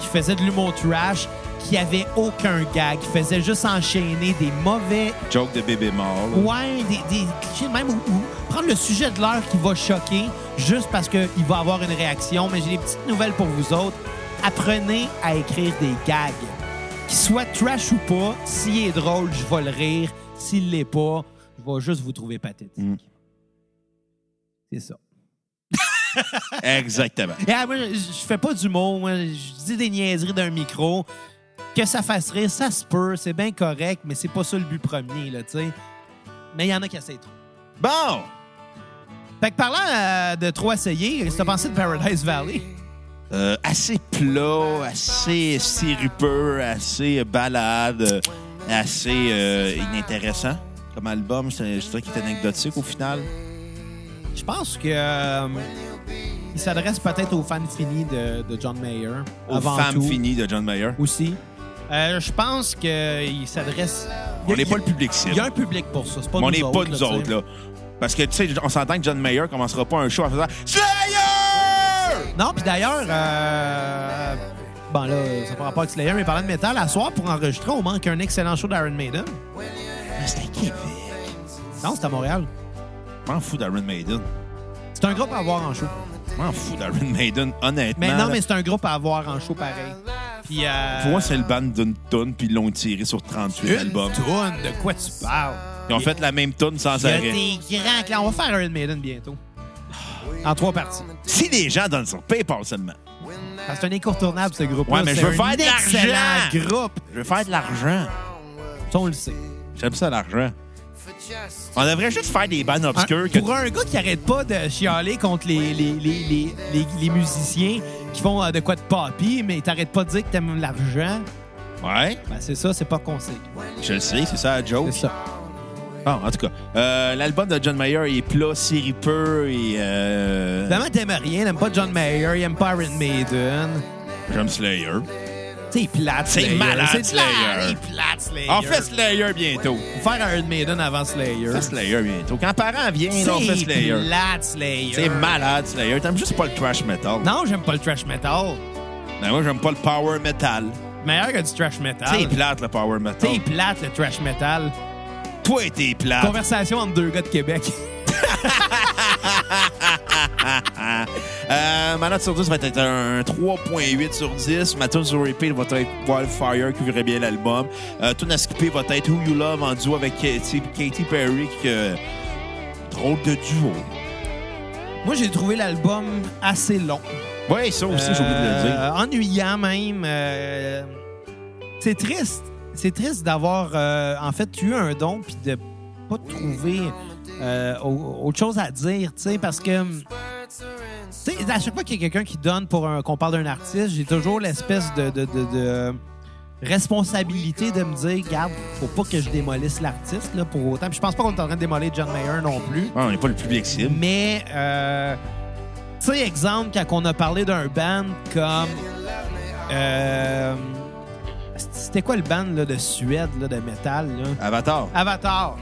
[SPEAKER 3] qui faisaient de l'humour trash, qui avaient aucun gag, qui faisaient juste enchaîner des mauvais
[SPEAKER 1] Joke de bébé mort. là.
[SPEAKER 3] Ouais, des, des clichés de même ou, ou prendre le sujet de l'heure qui va choquer juste parce qu'il va avoir une réaction. Mais j'ai des petites nouvelles pour vous autres. Apprenez à écrire des gags. Qu'il soit trash ou pas, s'il est drôle, je vais le rire. S'il l'est pas, je vais juste vous trouver pathétique. C'est ça.
[SPEAKER 1] Exactement.
[SPEAKER 3] Et, ah, moi, je je fais pas d'humour. Moi, je dis des niaiseries d'un micro. Que ça fasse rire, ça se peut. C'est bien correct, mais c'est pas ça le but premier, là, tu sais. Mais il y en a qui essaient trop.
[SPEAKER 1] Bon!
[SPEAKER 3] Fait que parlant euh, de trop essayer, qu'est-ce que t'as pensé de Paradise Valley?
[SPEAKER 1] Euh, assez plat, assez sirupeux, assez balade, euh, assez euh, inintéressant comme album. C'est c'est ça qui est anecdotique au final.
[SPEAKER 3] Je pense que euh, il s'adresse peut-être aux fans finis de, de John Mayer.
[SPEAKER 1] Aux
[SPEAKER 3] avant
[SPEAKER 1] femmes
[SPEAKER 3] tout,
[SPEAKER 1] finies de John Mayer.
[SPEAKER 3] Aussi. Euh, je pense qu'il s'adresse. il y a-
[SPEAKER 1] On n'est
[SPEAKER 3] il y a-
[SPEAKER 1] pas le public cible.
[SPEAKER 3] Il y a un public pour ça. C'est pas
[SPEAKER 1] Mais on
[SPEAKER 3] nous
[SPEAKER 1] n'est pas
[SPEAKER 3] autres,
[SPEAKER 1] nous
[SPEAKER 3] là, tu sais.
[SPEAKER 1] autres, là. Parce que, tu sais, on s'entend que John Mayer commencera pas un show en faisant Slayer!
[SPEAKER 3] Non, puis d'ailleurs, euh, bon là, ça par rapport à Slayer, mais parlant de métal, à soir pour enregistrer, on manque un excellent show d'Iron Maiden.
[SPEAKER 1] Mais c'était qui,
[SPEAKER 3] Non, c'est à Montréal.
[SPEAKER 1] Je m'en fous d'Iron Maiden.
[SPEAKER 3] C'est un groupe à voir en show.
[SPEAKER 1] Je m'en fous d'Iron Maiden, honnêtement.
[SPEAKER 3] Mais non,
[SPEAKER 1] Ben là.
[SPEAKER 3] mais c'est un groupe à avoir en show pareil. Puis, euh,
[SPEAKER 1] Pour moi, c'est le band d'une tonne, puis ils l'ont tiré sur 38
[SPEAKER 3] Une
[SPEAKER 1] albums.
[SPEAKER 3] toune, de quoi tu parles?
[SPEAKER 1] Ils ont fait la même tonne sans
[SPEAKER 3] Il y a
[SPEAKER 1] arrêt.
[SPEAKER 3] des grands clans. On va faire Iron Maiden bientôt. En trois parties.
[SPEAKER 1] Si les gens donnent sur PayPal seulement,
[SPEAKER 3] Parce que C'est un incontournable, ce groupe-là.
[SPEAKER 1] Ouais, mais
[SPEAKER 3] C'est
[SPEAKER 1] je veux
[SPEAKER 3] un
[SPEAKER 1] faire de l'argent.
[SPEAKER 3] excellent groupe.
[SPEAKER 1] je veux faire de l'argent.
[SPEAKER 3] Ça, on le sait.
[SPEAKER 1] J'aime ça, l'argent. On devrait juste faire des bandes
[SPEAKER 3] Un-
[SPEAKER 1] obscures. que-
[SPEAKER 3] pour un gars qui arrête pas de chialer contre les, les, les, les, les- les musiciens qui font euh, de quoi de papy, mais t'arrêtes pas de dire que t'aimes l'argent,
[SPEAKER 1] Ouais,
[SPEAKER 3] Ben, c'est ça, c'est pas consigne.
[SPEAKER 1] je le sais, c'est ça la joke.
[SPEAKER 3] C'est ça.
[SPEAKER 1] Ah, en tout cas, euh, l'album de John Mayer il est plat, siripeux et. Euh,
[SPEAKER 3] Évidemment, t'aimes rien, t'aimes pas John Mayer, il aime pas Iron Maiden.
[SPEAKER 1] J'aime Slayer.
[SPEAKER 3] C'est plate,
[SPEAKER 1] C'est
[SPEAKER 3] Slayer.
[SPEAKER 1] malade,
[SPEAKER 3] C'est plate,
[SPEAKER 1] Slayer.
[SPEAKER 3] c'est plate, Slayer.
[SPEAKER 1] On fait Slayer bientôt.
[SPEAKER 3] Faut faire Iron Maiden avant Slayer.
[SPEAKER 1] On fait Slayer bientôt. Quand parents viennent, on fait Slayer.
[SPEAKER 3] C'est plate, Slayer.
[SPEAKER 1] C'est malade, Slayer. T'aimes juste pas le trash metal.
[SPEAKER 3] Non, j'aime pas le trash metal.
[SPEAKER 1] Ben, moi, j'aime pas le power metal.
[SPEAKER 3] Meilleur que du trash metal.
[SPEAKER 1] C'est plate, le power metal.
[SPEAKER 3] C'est plate, le trash metal.
[SPEAKER 1] Toi, t'es plate.
[SPEAKER 3] Conversation entre deux gars de Québec.
[SPEAKER 1] Euh, ma note sur 10 va être un 3.8 sur 10. Ma tune sur repeat va être Wildfire, qui verrait bien l'album. Euh, tune à skipper va être Who You Love en duo avec Katy, Katy Perry. Que... Drôle de duo.
[SPEAKER 3] Moi, j'ai trouvé l'album assez long.
[SPEAKER 1] Oui, ça aussi, j'ai oublié de le dire.
[SPEAKER 3] Euh, Ennuyant même. euh, c'est triste. C'est triste d'avoir euh, en fait eu un don puis de pas trouver euh, au- autre chose à dire, tu sais, parce que hum, tu sais, à chaque fois qu'il y a quelqu'un qui donne pour un- qu'on parle d'un artiste, j'ai toujours l'espèce de, de- de- de responsabilité de me dire, garde, faut pas que je démolisse l'artiste là pour autant. Puis je pense pas qu'on est en train de démolir John Mayer non plus.
[SPEAKER 1] Ah, on n'est pas le public cible.
[SPEAKER 3] Mais, euh, tu sais, exemple, quand on a parlé d'un band comme. euh, C'était quoi le band là, de Suède, là, de métal? Là?
[SPEAKER 1] Avatar.
[SPEAKER 3] Avatar.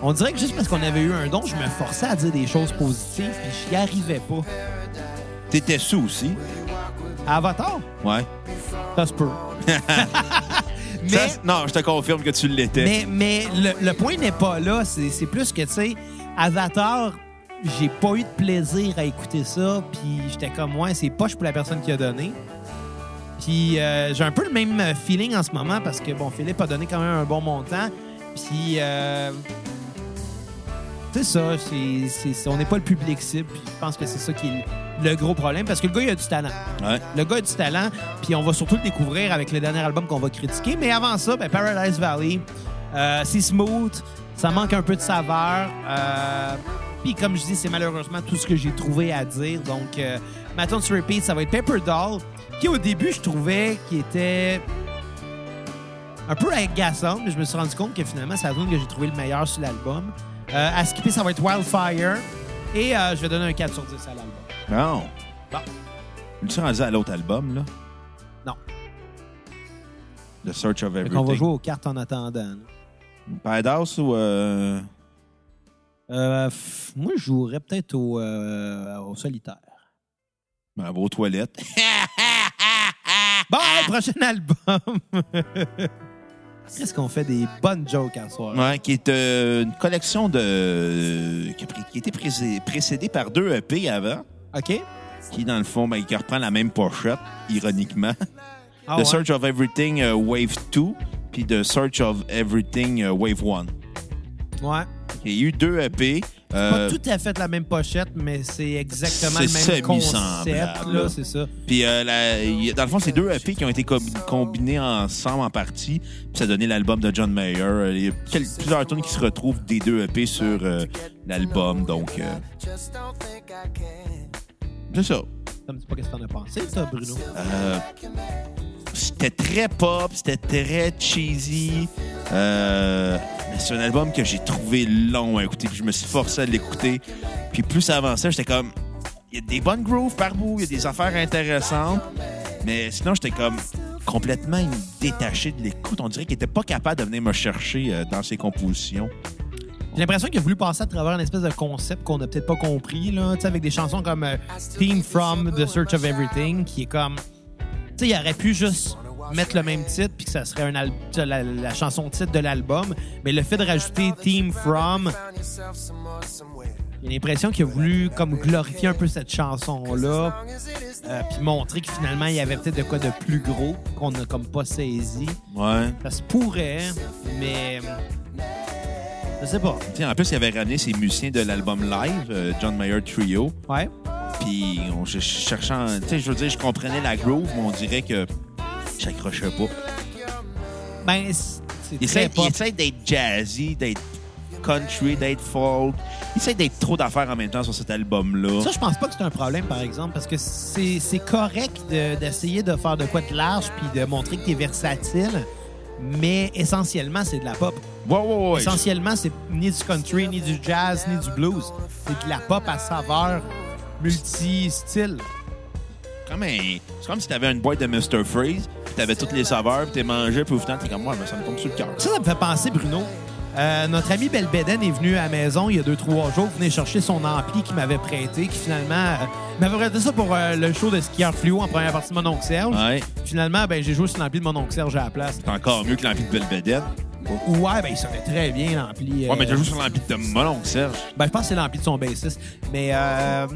[SPEAKER 3] On dirait que juste parce qu'on avait eu un don, je me forçais à dire des choses positives, puis j'y arrivais pas.
[SPEAKER 1] T'étais sous aussi.
[SPEAKER 3] Avatar?
[SPEAKER 1] Ouais.
[SPEAKER 3] Ça se peut. Mais-
[SPEAKER 1] Ça, c'est- non, je te confirme que tu l'étais.
[SPEAKER 3] Mais, mais le, le point n'est pas là. C'est c'est plus que, tu sais, Avatar, j'ai pas eu de plaisir à écouter ça. Puis j'étais comme, ouais, c'est poche pour la personne qui a donné. Puis euh, j'ai un peu le même feeling en ce moment parce que, bon, Philippe a donné quand même un bon montant. Puis, euh, c'est ça. c'est- c'est- c'est- on n'est pas le public cible. Puis je pense que c'est ça qui est le, le gros problème parce que le gars, il a du talent.
[SPEAKER 1] Ouais.
[SPEAKER 3] Le gars a du talent, puis on va surtout le découvrir avec le dernier album qu'on va critiquer. Mais avant ça, ben, Paradise Valley, euh, c'est smooth, ça manque un peu de saveur. euh, puis comme je dis, c'est malheureusement tout ce que j'ai trouvé à dire. Donc, euh, ma tune sur repeat, ça va être Paper Doll, qui au début, je trouvais qui était un peu agaçante, mais je me suis rendu compte que finalement, c'est la tune que j'ai trouvé le meilleur sur l'album. Euh, à skipper, ça va être Wildfire. Et euh, je vais donner un 4 sur 10 à l'album.
[SPEAKER 1] Non.
[SPEAKER 3] Bon.
[SPEAKER 1] Je suis rendu à l'autre album, là.
[SPEAKER 3] Non.
[SPEAKER 1] The Search of
[SPEAKER 3] Fait
[SPEAKER 1] Everything.
[SPEAKER 3] qu'on va jouer aux cartes en attendant. là.
[SPEAKER 1] Paradise ou... euh,
[SPEAKER 3] Euh, pff, moi, je jouerais peut-être au, euh, au solitaire.
[SPEAKER 1] ben, va aux toilettes.
[SPEAKER 3] Bon, prochain album. Qu'est-ce qu'on fait des bonnes jokes en soir?
[SPEAKER 1] Ouais, qui est euh, une collection de euh, qui, a pré- qui a été pré- précédée par deux EP avant,
[SPEAKER 3] OK?
[SPEAKER 1] qui dans le fond ben, qui reprend la même pochette, ironiquement.
[SPEAKER 3] Ah
[SPEAKER 1] The
[SPEAKER 3] ouais.
[SPEAKER 1] Search of Everything euh, Wave 2 puis The Search of Everything euh, Wave 1.
[SPEAKER 3] Ouais.
[SPEAKER 1] Il y a eu deux EP.
[SPEAKER 3] Pas
[SPEAKER 1] euh,
[SPEAKER 3] tout à fait la même pochette, mais c'est exactement le
[SPEAKER 1] C'est
[SPEAKER 3] même concept.
[SPEAKER 1] semi-semblable, là.
[SPEAKER 3] Là, c'est ça.
[SPEAKER 1] Puis euh, la- y- dans le fond, c'est deux EP qui ont été com- combinés ensemble en partie. Puis ça a donné l'album de John Mayer. Euh, Il y a quel- plusieurs tunes qui se retrouvent des deux EP sur euh, l'album. Donc, euh,
[SPEAKER 2] Just don't think I can.
[SPEAKER 1] c'est ça.
[SPEAKER 3] Ça me dit pas qu'est-ce que t'en as pensé, ça, Bruno?
[SPEAKER 1] Euh, c'était très pop, c'était très cheesy. Euh, mais c'est un album que j'ai trouvé long à écouter. Puis je me suis forcé à l'écouter. Puis plus ça avançait, j'étais comme... Il y a des bonnes grooves par bout, il y a des affaires intéressantes. Mais sinon, j'étais comme complètement détaché de l'écoute. On dirait qu'il était pas capable de venir me chercher euh, dans ses compositions.
[SPEAKER 3] J'ai l'impression qu'il a voulu passer à travers une espèce de concept qu'on n'a peut-être pas compris, là, tu sais, avec des chansons comme euh, Theme from The Search of Everything, qui est comme. Tu sais, il aurait pu juste mettre le même titre, puis que ça serait un al- la, la chanson titre de l'album, mais le fait de rajouter Theme from,
[SPEAKER 2] Found yourself some more somewhere.
[SPEAKER 3] j'ai l'impression qu'il a voulu comme glorifier un peu cette chanson-là,
[SPEAKER 2] As it is
[SPEAKER 3] euh, puis montrer que finalement, il y avait peut-être de quoi de plus gros qu'on n'a comme pas saisi.
[SPEAKER 1] Ouais.
[SPEAKER 3] Ça se pourrait, mais. Je sais pas.
[SPEAKER 1] Tu sais, en plus, il avait ramené ses musiciens de l'album live, euh, John Mayer Trio.
[SPEAKER 3] Ouais.
[SPEAKER 1] Puis on je- je cherchant, tu sais, je veux dire, je comprenais la groove, mais on dirait que j'accrochais pas.
[SPEAKER 3] Ben, c'est c'est
[SPEAKER 1] Il
[SPEAKER 3] très
[SPEAKER 1] essaie, il
[SPEAKER 3] pop.
[SPEAKER 1] essaie d'être jazzy, d'être country, d'être folk. Il essaie d'être trop d'affaires en même temps sur cet album-là.
[SPEAKER 3] Ça, je pense pas que c'est un problème, par exemple, parce que c'est c'est correct de- d'essayer de, faire de quoi de large puis de montrer que t'es versatile, mais essentiellement, c'est de la pop.
[SPEAKER 1] Ouais, ouais, ouais.
[SPEAKER 3] Essentiellement, c'est ni du country, ni du jazz, ni du blues. C'est de la pop à saveur multi-style.
[SPEAKER 1] C'est comme, un- c'est comme si t'avais une boîte de Mr. Freeze, puis t'avais toutes les saveurs, puis t'es mangé, puis au final, t'es comme, ouais, mais ça me tombe sur le cœur.
[SPEAKER 3] Ça, ça me fait penser, Bruno. Euh, notre ami Belbéden est venu à la maison il y a deux, trois jours, venir chercher son ampli qu'il m'avait prêté, qui finalement euh, il m'avait prêté ça pour euh, le show de skieur fluo en première partie de mon oncle Serge.
[SPEAKER 1] Ouais.
[SPEAKER 3] Finalement, ben, j'ai joué sur l'ampli de mon oncle Serge à la place.
[SPEAKER 1] C'est encore mieux que l'ampli de Belvedere.
[SPEAKER 3] Ouais, ben, il sonnait très bien, l'ampli. euh,
[SPEAKER 1] Ouais, mais t'as joué sur l'ampli de Molon, Serge.
[SPEAKER 3] Ben, je pense que c'est l'ampli de son bassiste. Mais, euh,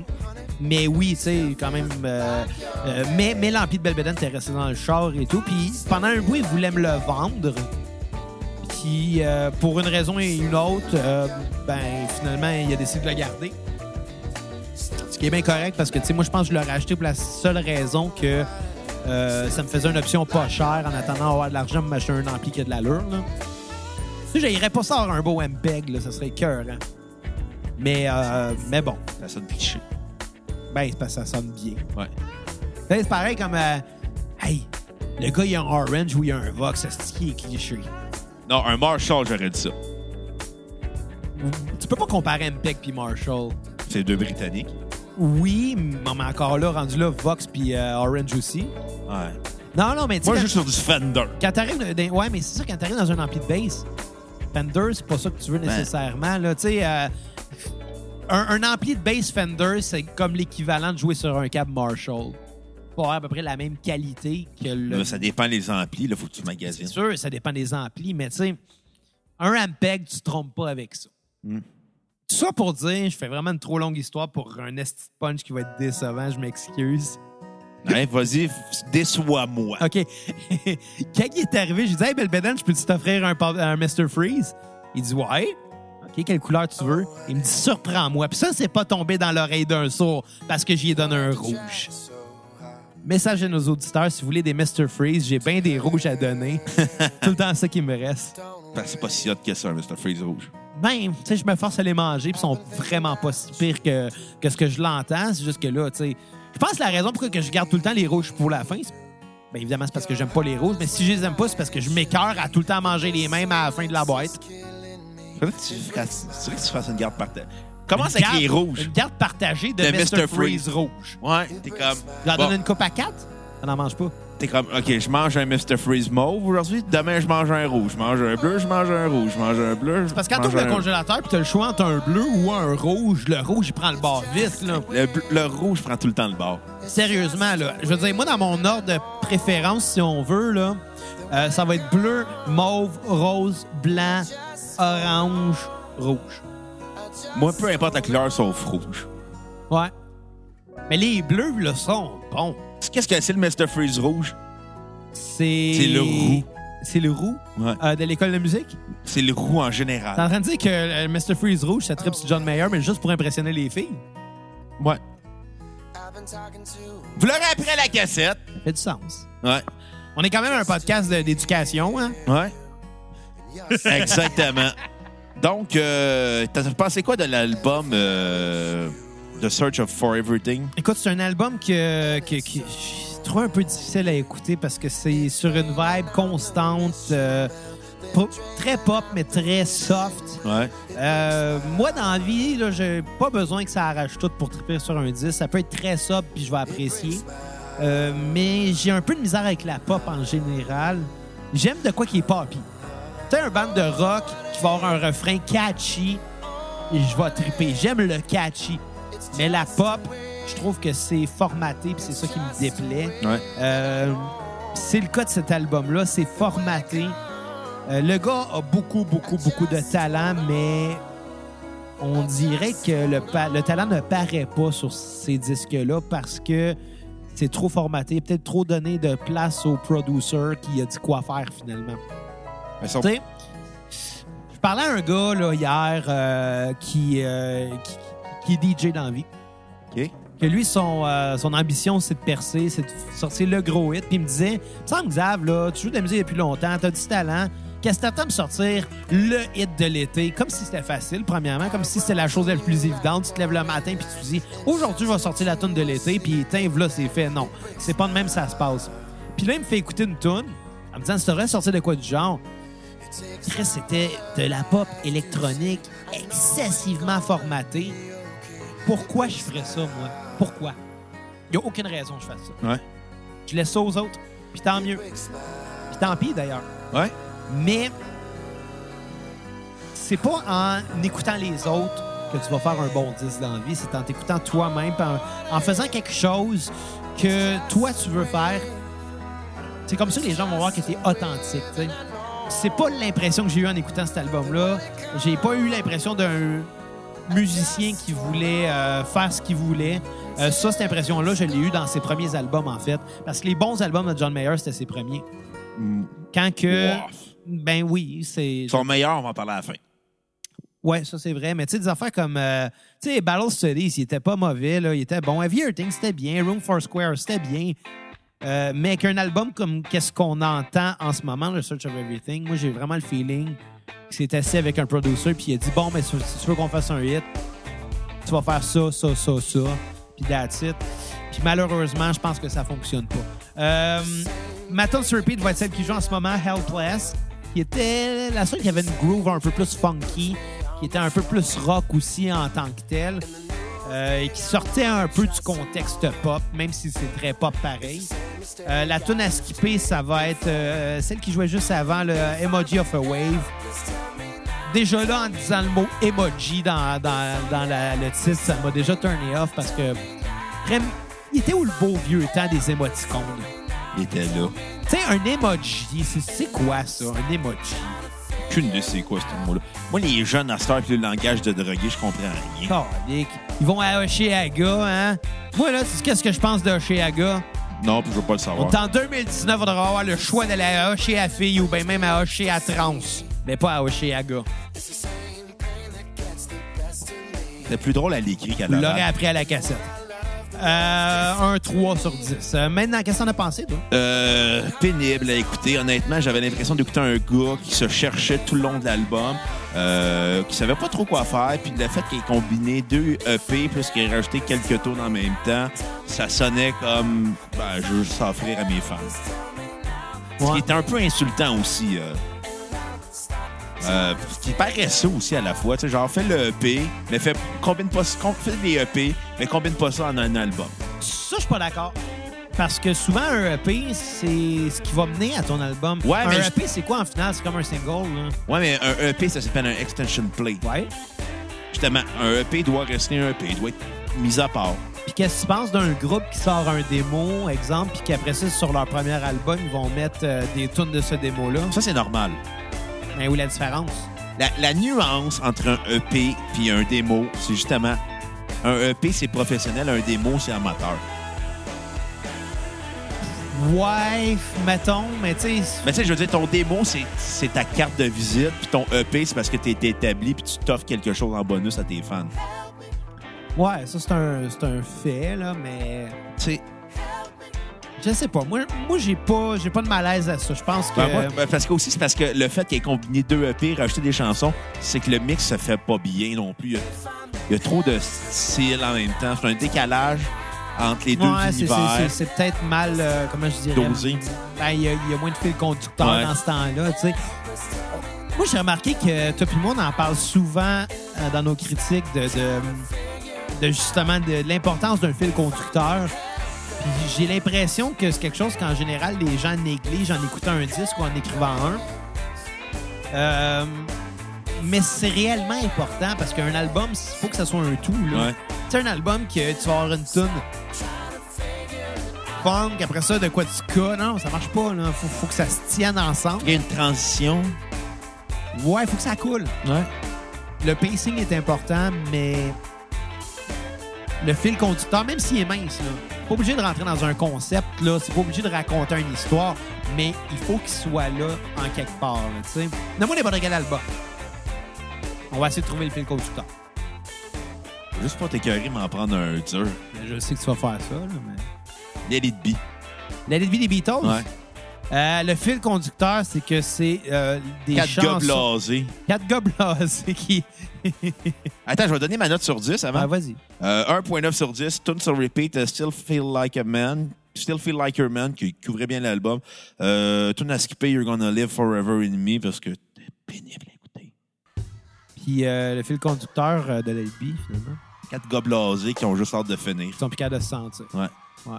[SPEAKER 3] mais oui, tu sais, quand même. euh, euh, mais mais l'ampli de Belbeden était resté dans le char et tout. Puis pendant un bout, il voulait me le vendre. Puis euh, pour une raison et une autre, euh, ben finalement, il a décidé de le garder. Ce qui est bien correct parce que, tu sais, moi, je pense que je l'aurais acheté pour la seule raison que. euh, ça me faisait une option pas chère en attendant d'avoir de l'argent pour m'acheter un ampli qui a de l'allure. là. Tu sais, j'irais pas ça avoir un beau MPEG, là, ça serait cœur. Mais, euh, mais bon,
[SPEAKER 1] Ça sonne cliché.
[SPEAKER 3] ben, c'est parce que ça sonne bien.
[SPEAKER 1] Ouais.
[SPEAKER 3] Tu sais, C'est pareil comme. euh, hey, le gars, il a un Orange ou il a un Vox, c'est qui est cliché.
[SPEAKER 1] Non, un Marshall, j'aurais dit ça.
[SPEAKER 3] Tu peux pas comparer MPEG puis Marshall.
[SPEAKER 1] C'est deux Britanniques.
[SPEAKER 3] Oui, mais encore là, rendu là, Vox puis euh, Orange aussi.
[SPEAKER 1] Ouais.
[SPEAKER 3] Non, non, mais tu sais,
[SPEAKER 1] Moi, je
[SPEAKER 3] quand-
[SPEAKER 1] joue sur du Fender.
[SPEAKER 3] quand t'arrives. dans- dans- Ouais, mais c'est sûr, quand t'arrives dans un ampli de bass, Fender, c'est pas ça que tu
[SPEAKER 1] Ben.
[SPEAKER 3] veux nécessairement. là. Tu sais, euh, un, un ampli de bass Fender, c'est comme l'équivalent de jouer sur un câble Marshall. Pour avoir à peu près la même qualité que le
[SPEAKER 1] Là, Ben, ça dépend des amplis, là, faut que tu
[SPEAKER 3] C'est
[SPEAKER 1] magasines.
[SPEAKER 3] sûr, ça dépend des amplis, mais tu sais, un Ampeg, tu te trompes pas avec ça. Tout ça pour dire, je fais vraiment une trop longue histoire pour un esti de punch qui va être décevant, je m'excuse.
[SPEAKER 1] Ouais, Hein, vas-y, f- déçois-moi.
[SPEAKER 3] OK. Quand il est arrivé, j'ai dit, Hey, Belbeden, je peux-tu t'offrir un, pa- un Mr. Freeze? Il dit, Ouais. OK, quelle couleur tu veux? Il me dit, Surprends-moi. Puis ça, c'est pas tombé dans l'oreille d'un sourd parce que j'y ai donné un rouge. Message à nos auditeurs, si vous voulez des Mr. Freeze, j'ai bien des rouges à donner. Tout le temps ça qui me reste.
[SPEAKER 1] Parce que C'est pas si hot que ça, un Mr. Freeze rouge.
[SPEAKER 3] ben, tu sais, je me force à les manger, puis ils sont vraiment pas si pires que, que ce que je l'entends. C'est juste que là, tu sais, je pense que la raison pour que je garde tout le temps les rouges pour la fin, c'est- ben évidemment, c'est parce que j'aime pas les rouges, mais si je les aime pas, c'est parce que je m'écœure à tout le temps manger les mêmes à la fin de la boîte.
[SPEAKER 1] Faudrait que tu, fasses- c'est vrai que tu fasses une garde par terre. Commence avec
[SPEAKER 3] Garde-
[SPEAKER 1] les rouges.
[SPEAKER 3] Une garde partagée de,
[SPEAKER 1] De
[SPEAKER 3] Mr.
[SPEAKER 1] Mr. Freeze.
[SPEAKER 3] Freeze rouge.
[SPEAKER 1] Ouais, t'es comme.
[SPEAKER 3] Je leur
[SPEAKER 1] bon,
[SPEAKER 3] donne une coupe à quatre, on n'en mange pas.
[SPEAKER 1] T'es comme, OK, je mange un Mr. Freeze mauve aujourd'hui, demain, je mange un rouge. Je mange un bleu, je mange un rouge, je mange un bleu.
[SPEAKER 3] Parce que quand
[SPEAKER 1] je
[SPEAKER 3] t'ouvres
[SPEAKER 1] mange
[SPEAKER 3] le
[SPEAKER 1] un-
[SPEAKER 3] congélateur, puis t'as le choix entre un bleu ou un rouge, le rouge, il prend le bord vite, là.
[SPEAKER 1] Le, bleu- le rouge prend tout le temps le bord.
[SPEAKER 3] Sérieusement, là, je veux dire, moi, dans mon ordre de préférence, si on veut, là, euh, ça va être bleu, mauve, rose, blanc, orange, rouge.
[SPEAKER 1] Moi, peu importe la couleur, sauf rouge.
[SPEAKER 3] Ouais. Mais les bleus, là, sont bons.
[SPEAKER 1] Qu'est-ce que c'est le Mr. Freeze rouge?
[SPEAKER 3] C'est...
[SPEAKER 1] C'est le roux.
[SPEAKER 3] C'est le roux
[SPEAKER 1] Ouais.
[SPEAKER 3] euh, de l'école de musique.
[SPEAKER 1] C'est le roux en
[SPEAKER 3] T'es
[SPEAKER 1] général.
[SPEAKER 3] en train de dire que euh, Mr. Freeze Rouge, ça tripe sur John Mayer, mais juste pour impressionner les filles.
[SPEAKER 1] Ouais.
[SPEAKER 2] I've been talking to
[SPEAKER 1] Vous l'aurez après la cassette.
[SPEAKER 3] Ça fait du sens.
[SPEAKER 1] Ouais.
[SPEAKER 3] On est quand même un podcast de- d'éducation, hein?
[SPEAKER 1] Ouais.
[SPEAKER 2] yes,
[SPEAKER 1] Exactement. Donc, euh, t'as pensé quoi de l'album euh, The Search of for Everything?
[SPEAKER 3] Écoute, c'est un album que, que, que je trouve un peu difficile à écouter parce que c'est sur une vibe constante, euh, pop- très pop, mais très soft.
[SPEAKER 1] Ouais.
[SPEAKER 3] Euh, moi, dans la vie, là, j'ai pas besoin que ça arrache tout pour triper sur un 10. Ça peut être très sobre, puis je vais apprécier. Euh, mais j'ai un peu de misère avec la pop en général. J'aime de quoi qui est poppy. Tu sais, un band de rock qui va avoir un refrain catchy, et je vais triper. J'aime le catchy. Mais la pop, je trouve que c'est formaté, puis c'est ça qui me déplaît.
[SPEAKER 1] Ouais.
[SPEAKER 3] Euh, c'est le cas de cet album-là, c'est formaté. Euh, le gars a beaucoup, beaucoup, beaucoup de talent, mais on dirait que le, pa- le talent ne paraît pas sur ces disques-là parce que c'est trop formaté, peut-être trop donné de place au producer qui a dit quoi faire finalement.
[SPEAKER 1] Mais son-
[SPEAKER 3] Tu sais, je parlais à un gars là, hier euh, qui, euh, qui, qui est DJ dans la vie
[SPEAKER 1] OK.
[SPEAKER 3] que lui, son, euh, son ambition, c'est de percer, c'est de sortir le gros hit. Puis il me disait, il me semble, Xav, là, tu joues de la musique depuis longtemps, t'as du talent, qu'est-ce que t'attends de sortir le hit de l'été? Comme si c'était facile, premièrement, comme si c'était la chose la plus évidente. Tu te lèves le matin puis tu dis aujourd'hui, je vais sortir la tune de l'été, puis tiens, voilà, c'est fait. Non, c'est pas de même, ça se passe. Puis là, il me fait écouter une tune en me disant tu devrais sortir de quoi du genre? Chris, c'était de la pop électronique excessivement formatée. Pourquoi je ferais ça, moi? Pourquoi? Il n'y a aucune raison que je fasse ça.
[SPEAKER 1] Ouais.
[SPEAKER 3] Je laisse ça aux autres. Puis tant mieux. Puis tant pis, d'ailleurs.
[SPEAKER 1] Ouais.
[SPEAKER 3] Mais c'est pas en écoutant les autres que tu vas faire un bon 10 dans la vie. C'est en t'écoutant toi-même, puis en, en faisant quelque chose que toi, tu veux faire. C'est comme ça que les gens vont voir que t'es authentique. tu sais. C'est pas l'impression que j'ai eue en écoutant cet album-là. J'ai pas eu l'impression d'un musicien qui voulait euh, faire ce qu'il voulait. Euh, ça, cette impression-là, je l'ai eue dans ses premiers albums, en fait. Parce que les bons albums de John Mayer, c'était ses premiers. Quand que...
[SPEAKER 1] Wow.
[SPEAKER 3] Ben oui, c'est...
[SPEAKER 1] Son meilleur, on va en parler à la fin.
[SPEAKER 3] Ouais, ça c'est vrai. Mais tu sais, des affaires comme. euh, tu sais, Battle Studies, il était pas mauvais, là. Il était bon. Heavier Things, c'était bien. Room for Square, c'était bien. Euh, mais qu'un album comme Qu'est-ce qu'on entend en ce moment, le Search of Everything, moi j'ai vraiment le feeling qu'il s'est assis avec un producer puis il a dit Bon, mais si si tu veux qu'on fasse un hit, tu vas faire ça, ça, ça, ça. Puis that's it. Puis malheureusement, je pense que ça fonctionne pas. Euh, ma tune sur repeat va être celle qui joue en ce moment, Helpless, qui était la seule qui avait une groove un peu plus funky, qui était un peu plus rock aussi en tant que tel, euh, et qui sortait un peu du contexte pop, même si c'est très pop pareil. Euh, la tune à skipper, ça va être euh, celle qui jouait juste avant, le Emoji of a Wave déjà là, en disant le mot emoji dans, dans, dans la- le titre, ça m'a déjà turné off parce que Rem- il était où le beau vieux temps des émoticônes?
[SPEAKER 1] Il était là.
[SPEAKER 3] Tu sais, un emoji, c'est- c'est quoi ça, un emoji?
[SPEAKER 1] Aucune idée c'est quoi ce mot-là. Moi, les jeunes à cette heure avec le langage de drogué, je comprends rien.
[SPEAKER 3] Calique. Ils vont à Oshéaga, hein? Moi, là, c'est qu'est-ce que je pense d'Oshéaga?
[SPEAKER 1] Non, puis je veux pas le
[SPEAKER 3] On
[SPEAKER 1] savoir.
[SPEAKER 3] est en 2019, on devrait avoir le choix d'aller à Oshéa fille ou bien même à Oshéa trans. Mais pas à Oshéaga.
[SPEAKER 1] C'était plus drôle à l'écrit qu'à
[SPEAKER 3] Vous
[SPEAKER 1] la
[SPEAKER 3] l'aurez
[SPEAKER 1] rap.
[SPEAKER 3] appris à la cassette. Euh, un 3 sur 10. Euh, maintenant, qu'est-ce que t'en as pensé, toi?
[SPEAKER 1] Euh, pénible à écouter. Honnêtement, j'avais l'impression d'écouter un gars qui se cherchait tout le long de l'album, euh, qui savait pas trop quoi faire. Puis le fait qu'il ait combiné deux EP plus qu'il ait rajouté quelques tours en même temps, ça sonnait comme ben, je veux juste offrir à mes fans. Ce
[SPEAKER 3] Ouais.
[SPEAKER 1] qui était un peu insultant aussi. Euh, euh, puis qui paraissait aussi à la fois. Tu sais, genre, fais le EP, mais fais, combine pas, com- fais des EP, mais combine pas ça en un album.
[SPEAKER 3] Ça, je suis pas d'accord. Parce que souvent, un EP, c'est ce qui va mener à ton album.
[SPEAKER 1] Ouais,
[SPEAKER 3] un
[SPEAKER 1] mais je-
[SPEAKER 3] EP, c'est quoi en finale? C'est comme un single, là.
[SPEAKER 1] Ouais, mais un EP, ça s'appelle un extension play.
[SPEAKER 3] Ouais.
[SPEAKER 1] Justement, un EP doit rester un EP, il doit être mis à part.
[SPEAKER 3] Puis qu'est-ce que tu penses d'un groupe qui sort un démo, exemple, puis qu'après ça, sur leur premier album, ils vont mettre euh, des tunes de ce démo-là?
[SPEAKER 1] Ça, c'est normal.
[SPEAKER 3] Mais où est la différence?
[SPEAKER 1] La, la nuance entre un EP puis un démo, c'est justement un EP, c'est professionnel, un démo, c'est amateur.
[SPEAKER 3] Ouais, mettons, mais tu sais...
[SPEAKER 1] Mais tu sais, je veux dire, ton démo, c'est- c'est ta carte de visite, puis ton EP, c'est parce que tu es établi, puis tu t'offres quelque chose en bonus à tes fans.
[SPEAKER 3] Ouais, ça, c'est un, c'est un fait, là, mais...
[SPEAKER 1] Tu sais,
[SPEAKER 3] Je sais pas. Moi, moi j'ai pas, j'ai pas de malaise à ça. Je pense que...
[SPEAKER 1] ben, moi, ben, parce que aussi, c'est parce que le fait qu'il ait combiné deux EP, rajouté des chansons, c'est que le mix se fait pas bien non plus. Il y a, il y a trop de styles en même temps. C'est un décalage entre les deux
[SPEAKER 3] Ouais, c'est-
[SPEAKER 1] univers.
[SPEAKER 3] c'est- c'est- c'est peut-être mal, euh, comment je dirais...
[SPEAKER 1] Dosé.
[SPEAKER 3] Ben, il y, a- il y a moins de fil conducteur
[SPEAKER 1] Ouais.
[SPEAKER 3] dans ce temps-là, tu sais. Moi, j'ai remarqué que toi et moi, on en parle souvent euh, dans nos critiques de, de- de justement de, l'importance d'un fil conducteur. Puis j'ai l'impression que c'est quelque chose qu'en général, les gens négligent en écoutant un disque ou en écrivant un. Euh, mais c'est réellement important parce qu'un album, il faut que ça soit un tout. là.
[SPEAKER 1] Ouais.
[SPEAKER 3] C'est un album que tu vas avoir une tune funk, après ça, de quoi tu cas. Non, ça marche pas. Là. Faut, faut que ça se tienne ensemble.
[SPEAKER 1] Il y a une transition.
[SPEAKER 3] Ouais, faut que ça coule.
[SPEAKER 1] Ouais.
[SPEAKER 3] Le pacing est important, mais le fil conducteur, même s'il est mince, là, pas obligé de rentrer dans un concept, là, c'est pas obligé de raconter une histoire, mais il faut qu'il soit là en quelque part, là, tu sais. Donne-moi n'importe quel album. On va essayer de trouver le fil conducteur.
[SPEAKER 1] Juste pour t'écœurer, m'en prendre un dur.
[SPEAKER 3] Mais je sais que tu vas faire ça, là, mais...
[SPEAKER 1] Let it be.
[SPEAKER 3] La vie des Beatles?
[SPEAKER 1] Ouais.
[SPEAKER 3] Euh, le fil conducteur, c'est que c'est euh, des
[SPEAKER 1] Quatre gars
[SPEAKER 3] chansons...
[SPEAKER 1] blasés.
[SPEAKER 3] Quatre gars blasés. qui...
[SPEAKER 1] Hein? Attends, je vais donner ma note sur 10 avant.
[SPEAKER 3] Ah, vas-y.
[SPEAKER 1] Euh, 1.9 sur 10, Tune sur repeat, euh, Still Feel Like a Man. Still Feel Like Your Man, qui couvrait bien l'album. Euh, tune à skipper, You're Gonna Live Forever in Me, parce que c'est pénible à écouter.
[SPEAKER 3] Puis euh, le fil conducteur euh, de l'LB, finalement.
[SPEAKER 1] Quatre gars blasés qui ont juste hâte de finir.
[SPEAKER 3] Ils sont plus capables de se sentir.
[SPEAKER 1] Ouais.
[SPEAKER 3] Ouais.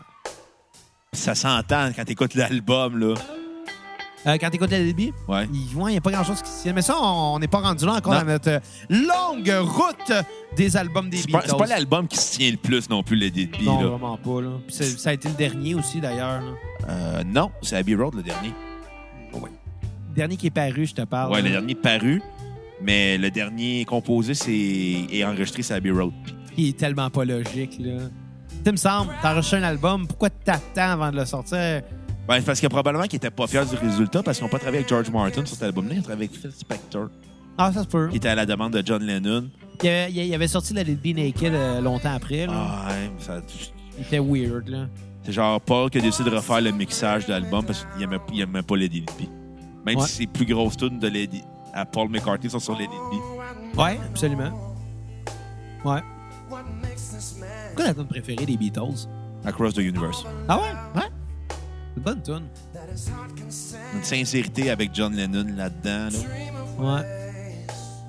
[SPEAKER 1] Ça s'entend quand t'écoutes l'album, là.
[SPEAKER 3] Euh, quand t'écoutes le débit,
[SPEAKER 1] Ouais.
[SPEAKER 3] il n'y a pas grand-chose qui s'y Mais ça, on on n'est pas rendu là encore
[SPEAKER 1] Non.
[SPEAKER 3] dans notre euh, longue route des albums des
[SPEAKER 1] C'est pas,
[SPEAKER 3] Beatles.
[SPEAKER 1] c'est pas l'album qui se tient le plus non plus, les Deadbeat.
[SPEAKER 3] Non,
[SPEAKER 1] Non,
[SPEAKER 3] vraiment pas. Là. Puis c'est- ça a été le dernier aussi, d'ailleurs. là.
[SPEAKER 1] euh, non c'est Abbey Road, le dernier.
[SPEAKER 3] Le dernier qui est paru, je te parle.
[SPEAKER 1] ouais, le
[SPEAKER 3] là.
[SPEAKER 1] dernier paru, mais le dernier composé c'est... et enregistré, c'est Abbey Road.
[SPEAKER 3] Qui est tellement pas logique. Là. Tu me semble, t'enregistres un album, pourquoi t'attends avant de le sortir?
[SPEAKER 1] Ben, c'est parce que probablement qu'ils étaient pas fiers du résultat parce qu'ils n'ont pas travaillé avec George Martin sur cet album-là, ils ont travaillé avec Phil Spector,
[SPEAKER 3] Ah, ça se peut.
[SPEAKER 1] qui était à la demande de John Lennon.
[SPEAKER 3] Il avait, il avait sorti la Let It Be Naked euh, longtemps après. Là.
[SPEAKER 1] Ah, ouais, ça-
[SPEAKER 3] Il était weird. Là.
[SPEAKER 1] C'est genre Paul qui a décidé de refaire le mixage de l'album parce qu'il aimait, il aimait pas Lady Gaga. Même
[SPEAKER 3] Ouais.
[SPEAKER 1] si les plus grosses tunes de Lady à Paul McCartney sont sur Lady Gaga.
[SPEAKER 3] Ouais, absolument. Ouais.
[SPEAKER 2] What makes this man
[SPEAKER 3] Pourquoi la tune préférée des Beatles?
[SPEAKER 1] Across the Universe.
[SPEAKER 3] Ah ouais? Ouais. C'est une bonne tune.
[SPEAKER 2] that his heart can send
[SPEAKER 1] Une sincérité avec John Lennon là-dedans. là.
[SPEAKER 2] dream of
[SPEAKER 3] Ouais.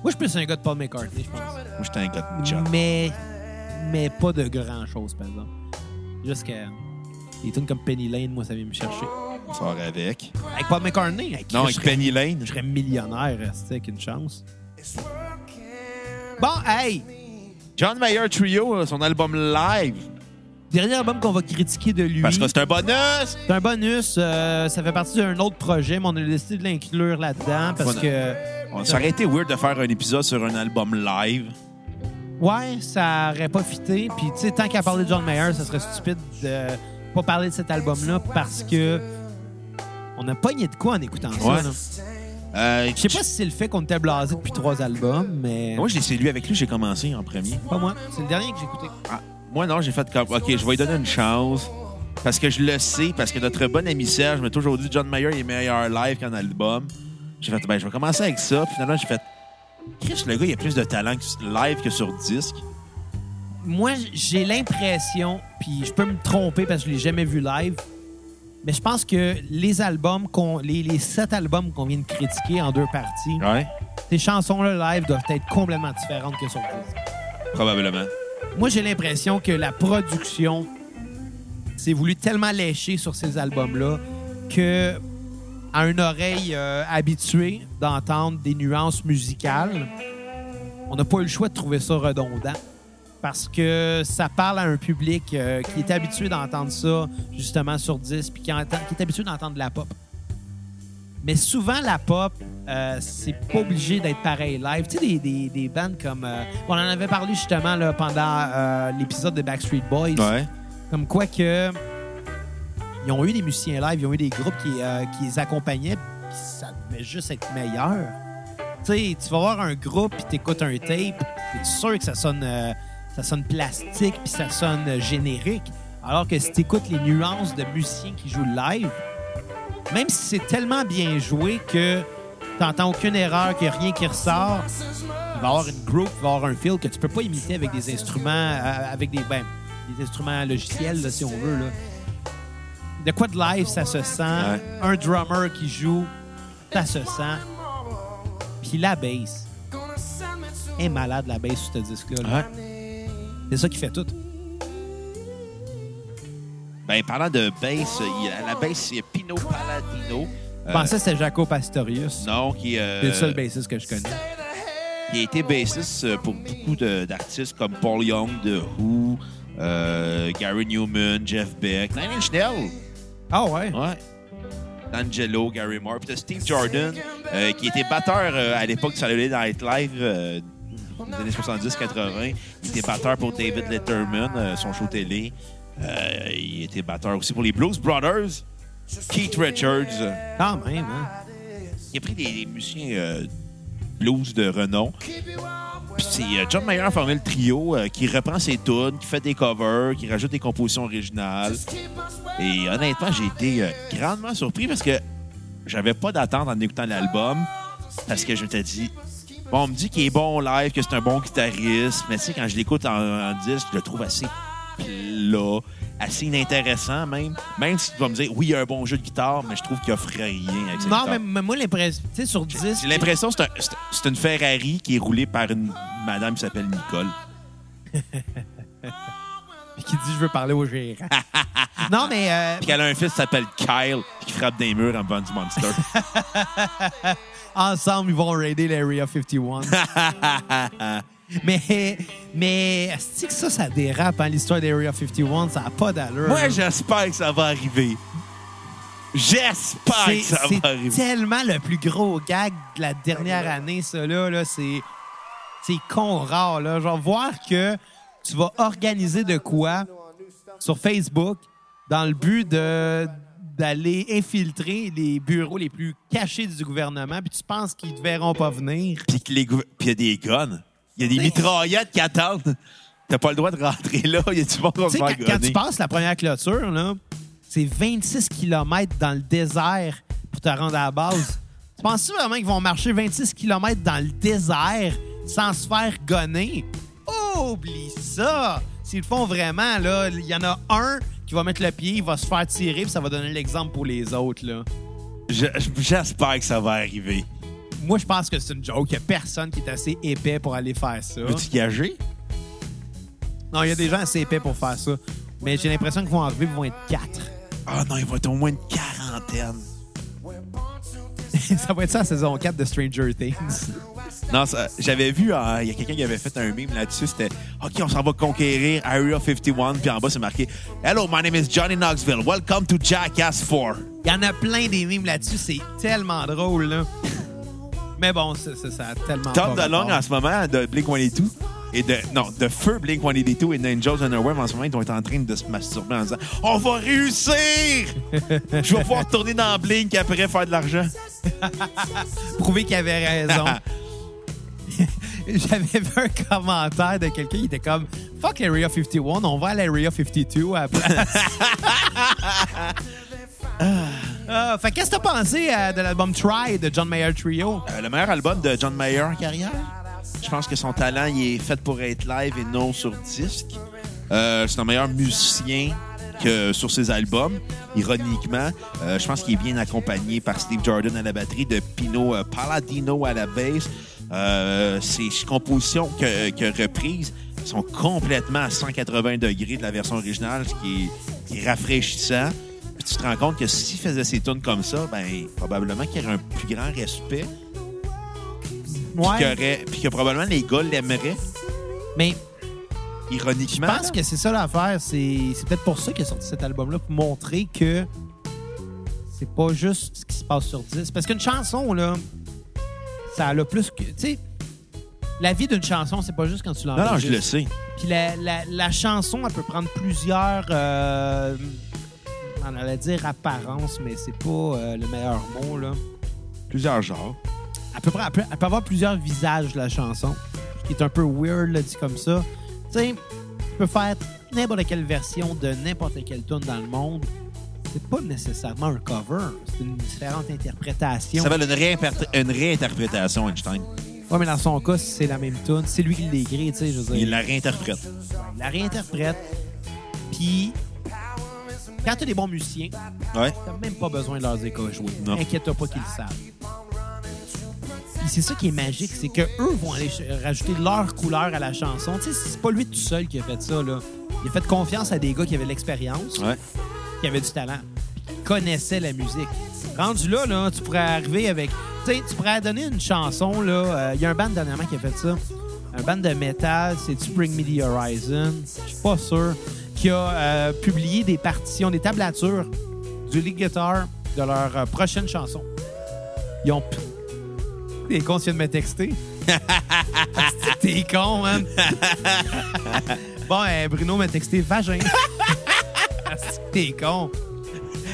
[SPEAKER 3] Moi, je suis plus un gars de Paul McCartney, je pense.
[SPEAKER 1] Moi, j'étais un gars de John.
[SPEAKER 3] Mais, mais pas de grand-chose, par exemple. Jusqu'à des tunes comme Penny Lane, moi, ça vient me chercher.
[SPEAKER 1] Sort avec.
[SPEAKER 3] Avec Paul McCartney, avec qui
[SPEAKER 1] Non,
[SPEAKER 3] je,
[SPEAKER 1] avec
[SPEAKER 3] serais,
[SPEAKER 1] Penny Lane.
[SPEAKER 3] je serais millionnaire, euh, c'était avec une chance.
[SPEAKER 2] It's working
[SPEAKER 3] Bon, hey!
[SPEAKER 1] John Mayer Trio, euh, son album live.
[SPEAKER 3] Dernier album qu'on va critiquer de lui.
[SPEAKER 1] Parce que c'est un bonus.
[SPEAKER 3] C'est un bonus. euh, ça fait partie d'un autre projet, mais on a décidé de l'inclure là-dedans parce
[SPEAKER 1] Voilà.
[SPEAKER 3] que.
[SPEAKER 1] On- Ça aurait été weird de faire un épisode sur un album live.
[SPEAKER 3] Ouais, ça aurait pas fité. Puis, tu sais, tant qu'à parler de John Mayer, ça serait stupide de pas parler de cet album-là parce que on a pogné de quoi en écoutant
[SPEAKER 1] Ouais.
[SPEAKER 3] ça. là.
[SPEAKER 1] Euh,
[SPEAKER 3] Je sais pas si c'est le fait qu'on était blasé depuis trois albums, mais.
[SPEAKER 1] Moi, je l'ai- c'est lui avec lui, j'ai commencé en premier.
[SPEAKER 3] Pas moi. C'est le dernier que j'ai écouté.
[SPEAKER 1] Ah, moi, non, j'ai fait comme, OK, je vais lui donner une chance. Parce que je le sais, parce que notre bon ami Serge m'a toujours dit John Mayer est meilleur live qu'en album. J'ai fait, ben, je vais commencer avec ça. Puis finalement, j'ai fait, Chris, le gars, il a plus de talent que- live que sur disque.
[SPEAKER 3] Moi, j'ai l'impression, puis je peux me tromper parce que je l'ai jamais vu live, mais je pense que les albums, qu'on, les, les sept albums qu'on vient de critiquer en deux parties,
[SPEAKER 1] Ouais.
[SPEAKER 3] ces chansons-là live doivent être complètement différentes que sur disque.
[SPEAKER 1] Probablement.
[SPEAKER 3] Moi, j'ai l'impression que la production s'est voulu tellement lécher sur ces albums-là que à une oreille euh, habituée d'entendre des nuances musicales, on n'a pas eu le choix de trouver ça redondant. Parce que ça parle à un public euh, qui est habitué d'entendre ça, justement, sur 10, puis qui, entend- qui est habitué d'entendre de la pop. Mais souvent, la pop, euh, c'est pas obligé d'être pareil live. Tu sais, des, des, des bandes comme... euh, on en avait parlé, justement, là, pendant euh, l'épisode de Backstreet Boys.
[SPEAKER 1] Ouais.
[SPEAKER 3] Comme quoi que ils ont eu des musiciens live, ils ont eu des groupes qui, euh, qui les accompagnaient, puis ça devait juste être meilleur. Tu sais, tu vas voir un groupe, puis t'écoutes un tape, c'est sûr que ça sonne, euh, ça sonne plastique, puis ça sonne euh, générique. Alors que si t'écoutes les nuances de musiciens qui jouent live, même si c'est tellement bien joué que t'entends aucune erreur, qu'il n'y a rien qui ressort, il va y avoir une groupe, il va y avoir un feel que tu peux pas imiter avec des instruments, euh, avec des, ben, des instruments logiciels, là, si on veut. Là. De quoi de live, ça se sent.
[SPEAKER 1] Ouais.
[SPEAKER 3] Un drummer qui joue, ça se sent. Puis la bass.
[SPEAKER 2] Gonna send me to
[SPEAKER 3] est malade, la bass, sur ce disque-là. là.
[SPEAKER 1] Ouais.
[SPEAKER 3] C'est ça qui fait tout.
[SPEAKER 1] Ben, parlant de bass, il y a- la bass, c'est Pino Palladino.
[SPEAKER 3] Je pensais que c'était Jaco Pastorius.
[SPEAKER 1] Euh. Non, qui euh,
[SPEAKER 3] C'est le seul bassiste que je connais.
[SPEAKER 1] Il a été bassiste euh, pour beaucoup de- d'artistes comme Paul Young, The Who, euh, Gary Newman, Jeff Beck, Nine Inch Nails,
[SPEAKER 3] Ah ouais?
[SPEAKER 1] ouais. D'Angelo, Gary Moore, puis de Steve Jordan, euh, qui était batteur euh, à l'époque du Saturday Night Live euh, des années 70-80. Il était batteur pour David Letterman, euh, son show télé. Euh, il était batteur aussi pour les Blues Brothers, Keith Richards. euh,
[SPEAKER 3] Quand même, hein?
[SPEAKER 1] il a pris des, des musiciens euh, blues de renom. Puis c'est euh, John Mayer a formé le trio euh, qui reprend ses tunes, qui fait des covers, qui rajoute des compositions originales.
[SPEAKER 2] keep us well.
[SPEAKER 1] Et honnêtement, j'ai été euh, grandement surpris parce que j'avais pas d'attente en écoutant l'album parce que je m'étais dit, bon, on me dit qu'il est bon live, que c'est un bon guitariste, mais tu sais, quand je l'écoute en, en disque, je le trouve assez plat, assez inintéressant même. Même si tu vas me dire, oui, il y a un bon jeu de guitare, mais je trouve qu'il offre rien avec sa
[SPEAKER 3] Non,
[SPEAKER 1] guitare.
[SPEAKER 3] mais, mais moi, l'impression. Tu sais, sur 10.
[SPEAKER 1] J'ai l'impression que c'est un- c'est- c'est une Ferrari qui est roulée par une madame qui s'appelle Nicole.
[SPEAKER 3] puis qui dit je veux parler au gérant. non, mais. euh,
[SPEAKER 1] Puis qu'elle a un fils qui s'appelle Kyle puis qui frappe des murs en bande du Monster.
[SPEAKER 3] ensemble, ils vont raider l'Area 51. mais, mais, est-ce que ça, ça dérape, hein, l'histoire d'Area 51? Ça n'a pas d'allure.
[SPEAKER 1] Moi,
[SPEAKER 3] hein.
[SPEAKER 1] j'espère que ça va arriver. J'espère
[SPEAKER 3] C'est-
[SPEAKER 1] que ça
[SPEAKER 3] c'est
[SPEAKER 1] va arriver.
[SPEAKER 3] tellement le plus gros gag de la dernière année, ça, là. là, c'est, c'est con rare, là. Genre, voir que tu vas organiser de quoi sur Facebook dans le but de d'aller infiltrer les bureaux les plus cachés du gouvernement, puis tu penses qu'ils ne te verront pas venir.
[SPEAKER 1] Puis que les gouver- puis il y a des guns. Il y a des mitraillettes qui attendent. T'as pas le droit de rentrer là. Il y a du monde qui va se
[SPEAKER 3] Tu sais, quand,
[SPEAKER 1] faire
[SPEAKER 3] quand tu
[SPEAKER 1] gonner.
[SPEAKER 3] passes la première clôture, là, c'est 26 km dans le désert pour te rendre à la base. tu penses vraiment qu'ils vont marcher 26 km dans le désert sans se faire gonner? Oublie ça! S'ils le font vraiment, là, il y en a un qui va mettre le pied, il va se faire tirer, puis ça va donner l'exemple pour les autres. Là.
[SPEAKER 1] Je- je- J'espère que ça va arriver.
[SPEAKER 3] Moi, je pense que c'est une joke. Il n'y a personne qui est assez épais pour aller faire ça.
[SPEAKER 1] Veux-tu gager?
[SPEAKER 3] Non, il y a des gens assez épais pour faire ça. Mais j'ai l'impression qu'ils vont arriver, ils vont être quatre.
[SPEAKER 1] Ah non, il va être au moins une quarantaine.
[SPEAKER 3] ça va être ça, la saison 4 de Stranger Things.
[SPEAKER 1] Non, ça- j'avais vu, euh, il y a quelqu'un qui avait fait un meme là-dessus, c'était « OK, on s'en va conquérir Area 51 », puis en bas, c'est marqué « Hello, my name is Johnny Knoxville. Welcome to Jackass 4
[SPEAKER 3] Il y en a plein des mimes là-dessus, c'est tellement drôle, là. Mais bon, ça, ça, ça a tellement. ».
[SPEAKER 1] Tom
[SPEAKER 3] pas
[SPEAKER 1] DeLonge,
[SPEAKER 3] rapport.
[SPEAKER 1] en ce moment, de Blink-182, et de... Non, de Feu Blink-182 et Ninjas Underworld, en ce moment, ils doivent être en train de se masturber en disant « On va réussir! Je vais pouvoir tourner dans Blink après faire de l'argent. hein? Ah.
[SPEAKER 3] prouver qu'il avait raison. J'avais vu un commentaire de quelqu'un qui était comme Fuck l'Area 51, on va à l'Area 52 à la place. Ah, fait qu'est-ce que t'as pensé euh, de l'album Try de John Mayer Trio?
[SPEAKER 1] Euh, le meilleur album de John Mayer en carrière. Je pense que son talent il est fait pour être live et non sur disque. Euh, c'est un meilleur musicien que sur ses albums, ironiquement. Euh, je pense qu'il est bien accompagné par Steve Jordan à la batterie, de Pino euh, Palladino à la basse. Euh, ses compositions que, que reprises sont complètement à 180 degrés de la version originale, ce qui est, qui est rafraîchissant. Puis tu te rends compte que s'il faisait ses tunes comme ça, ben probablement qu'il y aurait un plus grand respect puis qu'il y aurait- puis que probablement les gars l'aimeraient,
[SPEAKER 3] mais
[SPEAKER 1] ironiquement.
[SPEAKER 3] Je pense que c'est ça l'affaire. C'est c'est peut-être pour ça qu'il a sorti cet album-là, pour montrer que c'est pas juste ce qui se passe sur 10. Parce qu'une chanson, là, ça a le plus que. Tu sais, la vie d'une chanson, c'est pas juste quand tu
[SPEAKER 1] Non,
[SPEAKER 3] l'entends.
[SPEAKER 1] non, je le sais.
[SPEAKER 3] Puis la, la- la chanson, elle peut prendre plusieurs. euh, on allait dire apparence, mais c'est pas euh, le meilleur mot, là.
[SPEAKER 1] Plusieurs genres.
[SPEAKER 3] Elle peut, elle peut- elle peut avoir plusieurs visages, la chanson, ce qui est un peu weird, là, dit comme ça. Tu sais, tu peux faire n'importe quelle version de n'importe quelle tune dans le monde. C'est pas nécessairement un cover, c'est une différente interprétation.
[SPEAKER 1] Ça s'appelle une, réinterpr- une réinterprétation, Einstein.
[SPEAKER 3] Ouais, mais dans son cas, c'est la même tune. C'est lui qui l'écrit, tu sais, je veux dire.
[SPEAKER 1] Il la réinterprète.
[SPEAKER 3] Il la réinterprète. Puis, quand t'as des bons musiciens,
[SPEAKER 1] Ouais.
[SPEAKER 3] T'as même pas besoin de leurs écoles jouer.
[SPEAKER 1] Non.
[SPEAKER 3] Inquiète-toi pas qu'ils le savent. Puis c'est ça qui est magique, c'est que eux vont aller ch- rajouter leur couleur à la chanson. Tu sais, c'est pas lui tout seul qui a fait ça, là. Il a fait confiance à des gars qui avaient de l'expérience,
[SPEAKER 1] Ouais.
[SPEAKER 3] qui avaient du talent, qui connaissaient la musique. Rendu là, là, tu pourrais arriver avec... Tu sais, tu pourrais donner une chanson, là. Euh, Il y a un band dernièrement qui a fait ça. Un band de métal, c'est-tu Bring Me The Horizon? Je suis pas sûr. Qui a euh, publié des partitions, des tablatures du lead guitar de leur euh, prochaine chanson. Ils ont. p- T'es con, tu viens de me texter. Asti, T'es con, man. bon, euh, Bruno m'a texté vagin. Asti, T'es con.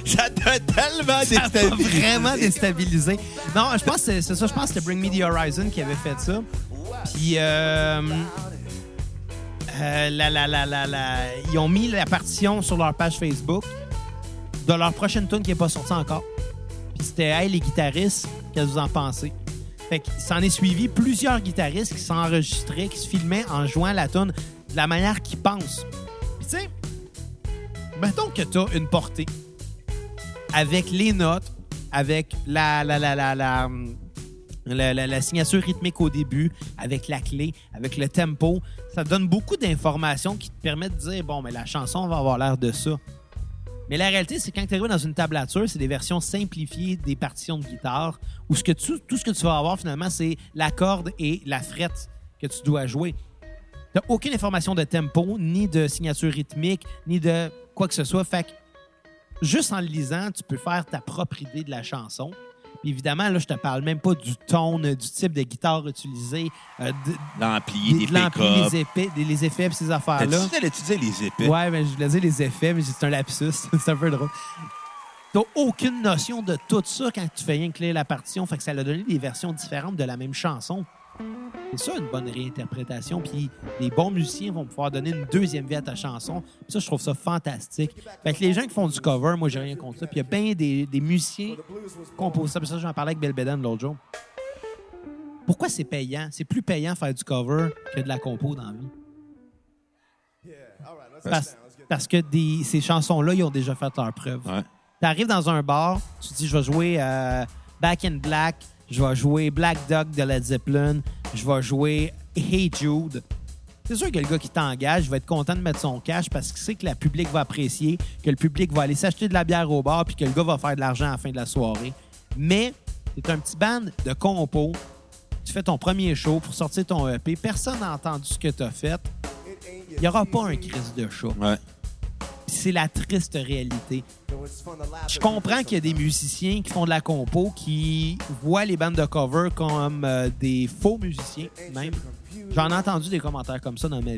[SPEAKER 1] Ça t'a tellement
[SPEAKER 3] Ça m'a
[SPEAKER 1] déstabilisé.
[SPEAKER 3] vraiment déstabilisé. Non, je pense que c'est c'est ça. Je pense que c'était Bring Me the Horizon qui avait fait ça. Puis, euh, euh, la, la, la, la, la- ils ont mis la partition sur leur page Facebook de leur prochaine tune qui n'est pas sortie encore. Puis c'était Hey, les guitaristes, qu'est-ce que vous en pensez? Fait que s'en est suivi plusieurs guitaristes qui s'enregistraient, qui se filmaient en jouant la tune de la manière qu'ils pensent. Puis tu sais, mettons que tu as une portée avec les notes, avec la la la la la, hum, la, la- la signature rythmique au début, avec la clé, avec le tempo, ça te donne beaucoup d'informations qui te permettent de dire bon mais la chanson va avoir l'air de ça. Mais la réalité, c'est quand tu arrives dans une tablature, c'est des versions simplifiées des partitions de guitare où ce que tu, tout ce que tu vas avoir finalement, c'est la corde et la frette que tu dois jouer. Tu aucune information de tempo, ni de signature rythmique, ni de quoi que ce soit. Fait que juste en le lisant, tu peux faire ta propre idée de la chanson. Puis Évidemment, là, je te parle même pas du ton, euh, du type de guitare utilisée, euh, de-
[SPEAKER 1] L'ampli, des
[SPEAKER 3] de l'ampli,
[SPEAKER 1] pick-up.
[SPEAKER 3] des épées, des- les effets et ces affaires-là.
[SPEAKER 1] T'as-tu étudié les épées?
[SPEAKER 3] Ouais, mais je voulais dire les effets, mais c'est un lapsus. c'est un peu drôle. T'as aucune notion de tout ça quand tu fais rien que lire la partition. Fait que ça l'a donné des versions différentes de la même chanson. C'est ça, une bonne réinterprétation. Puis les bons musiciens vont pouvoir donner une deuxième vie à ta chanson. Puis ça, je trouve ça fantastique. Fait que les gens qui font du cover, moi, j'ai rien contre ça. Puis il y a bien des, des musiciens qui composent ça. Puis ça, j'en parlais avec Belbeden l'autre jour. Pourquoi c'est payant? C'est plus payant faire du cover que de la compo dans la vie. Parce, parce que des- ces chansons-là, ils ont déjà fait leur preuve.
[SPEAKER 1] Ouais.
[SPEAKER 3] T'arrives dans un bar, tu te dis, je vais jouer euh, Back in Black, je vais jouer Black Dog de Led Zeppelin, je vais jouer Hey Jude. C'est sûr que le gars qui t'engage va être content de mettre son cash parce qu'il sait que le public va apprécier, que le public va aller s'acheter de la bière au bar puis que le gars va faire de l'argent à la fin de la soirée. Mais c'est un petit band de compos. Tu fais ton premier show pour sortir ton EP. Personne n'a entendu ce que t'as fait. Il n'y aura pas un crise de chat.
[SPEAKER 1] Ouais.
[SPEAKER 3] Puis c'est la triste réalité. Je comprends qu'il y a des musiciens qui font de la compo qui voient les bandes de cover comme euh, des faux musiciens, même. J'en ai entendu des commentaires comme ça dans ma vie.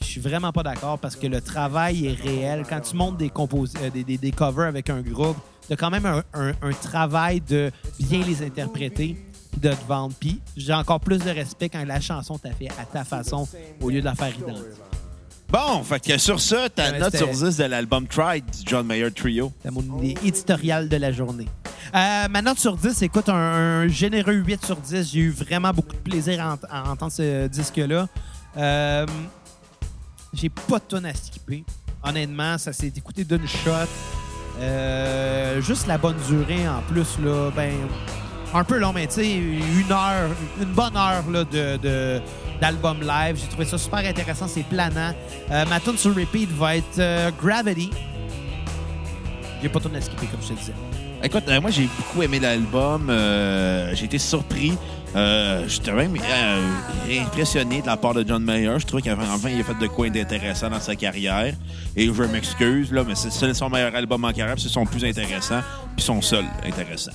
[SPEAKER 3] Je suis vraiment pas d'accord parce que le travail est réel. Quand tu montes des, compos- euh, des, des- des covers avec un groupe, t'as quand même un, un- un travail de bien les interpréter puis de te vendre. Puis j'ai encore plus de respect quand la chanson t'a fait à ta façon au lieu de la faire identique.
[SPEAKER 1] Bon, fait que sur ça, ta
[SPEAKER 3] Ouais,
[SPEAKER 1] note sur
[SPEAKER 3] c'était-
[SPEAKER 1] 10 de l'album Tried du John Mayer Trio.
[SPEAKER 3] C'est mon idée éditoriale de la journée. Euh, ma note sur 10, écoute, un, un généreux 8 sur 10. J'ai eu vraiment beaucoup de plaisir à, ent- à entendre ce disque-là. Euh, J'ai pas de tonne à skipper. Honnêtement, ça s'est écouté d'une shot. Euh, juste la bonne durée en plus, là, ben, un peu long, mais tu sais, une heure, une bonne heure là, de, de- d'album live. J'ai trouvé ça super intéressant, c'est planant. Euh, ma tune sur repeat va être euh, Gravity. J'ai pas tout à skipper, comme je te disais.
[SPEAKER 1] Écoute, euh, moi, j'ai beaucoup aimé l'album. Euh, j'ai été surpris. Euh, J'étais même euh, impressionné de la part de John Mayer. Je trouve qu'enfin, il a fait de quoi d'intéressant dans sa carrière. Et je m'excuse, là, mais c'est c'est son meilleur album en carrière. puis C'est son plus intéressant, puis son seul intéressant.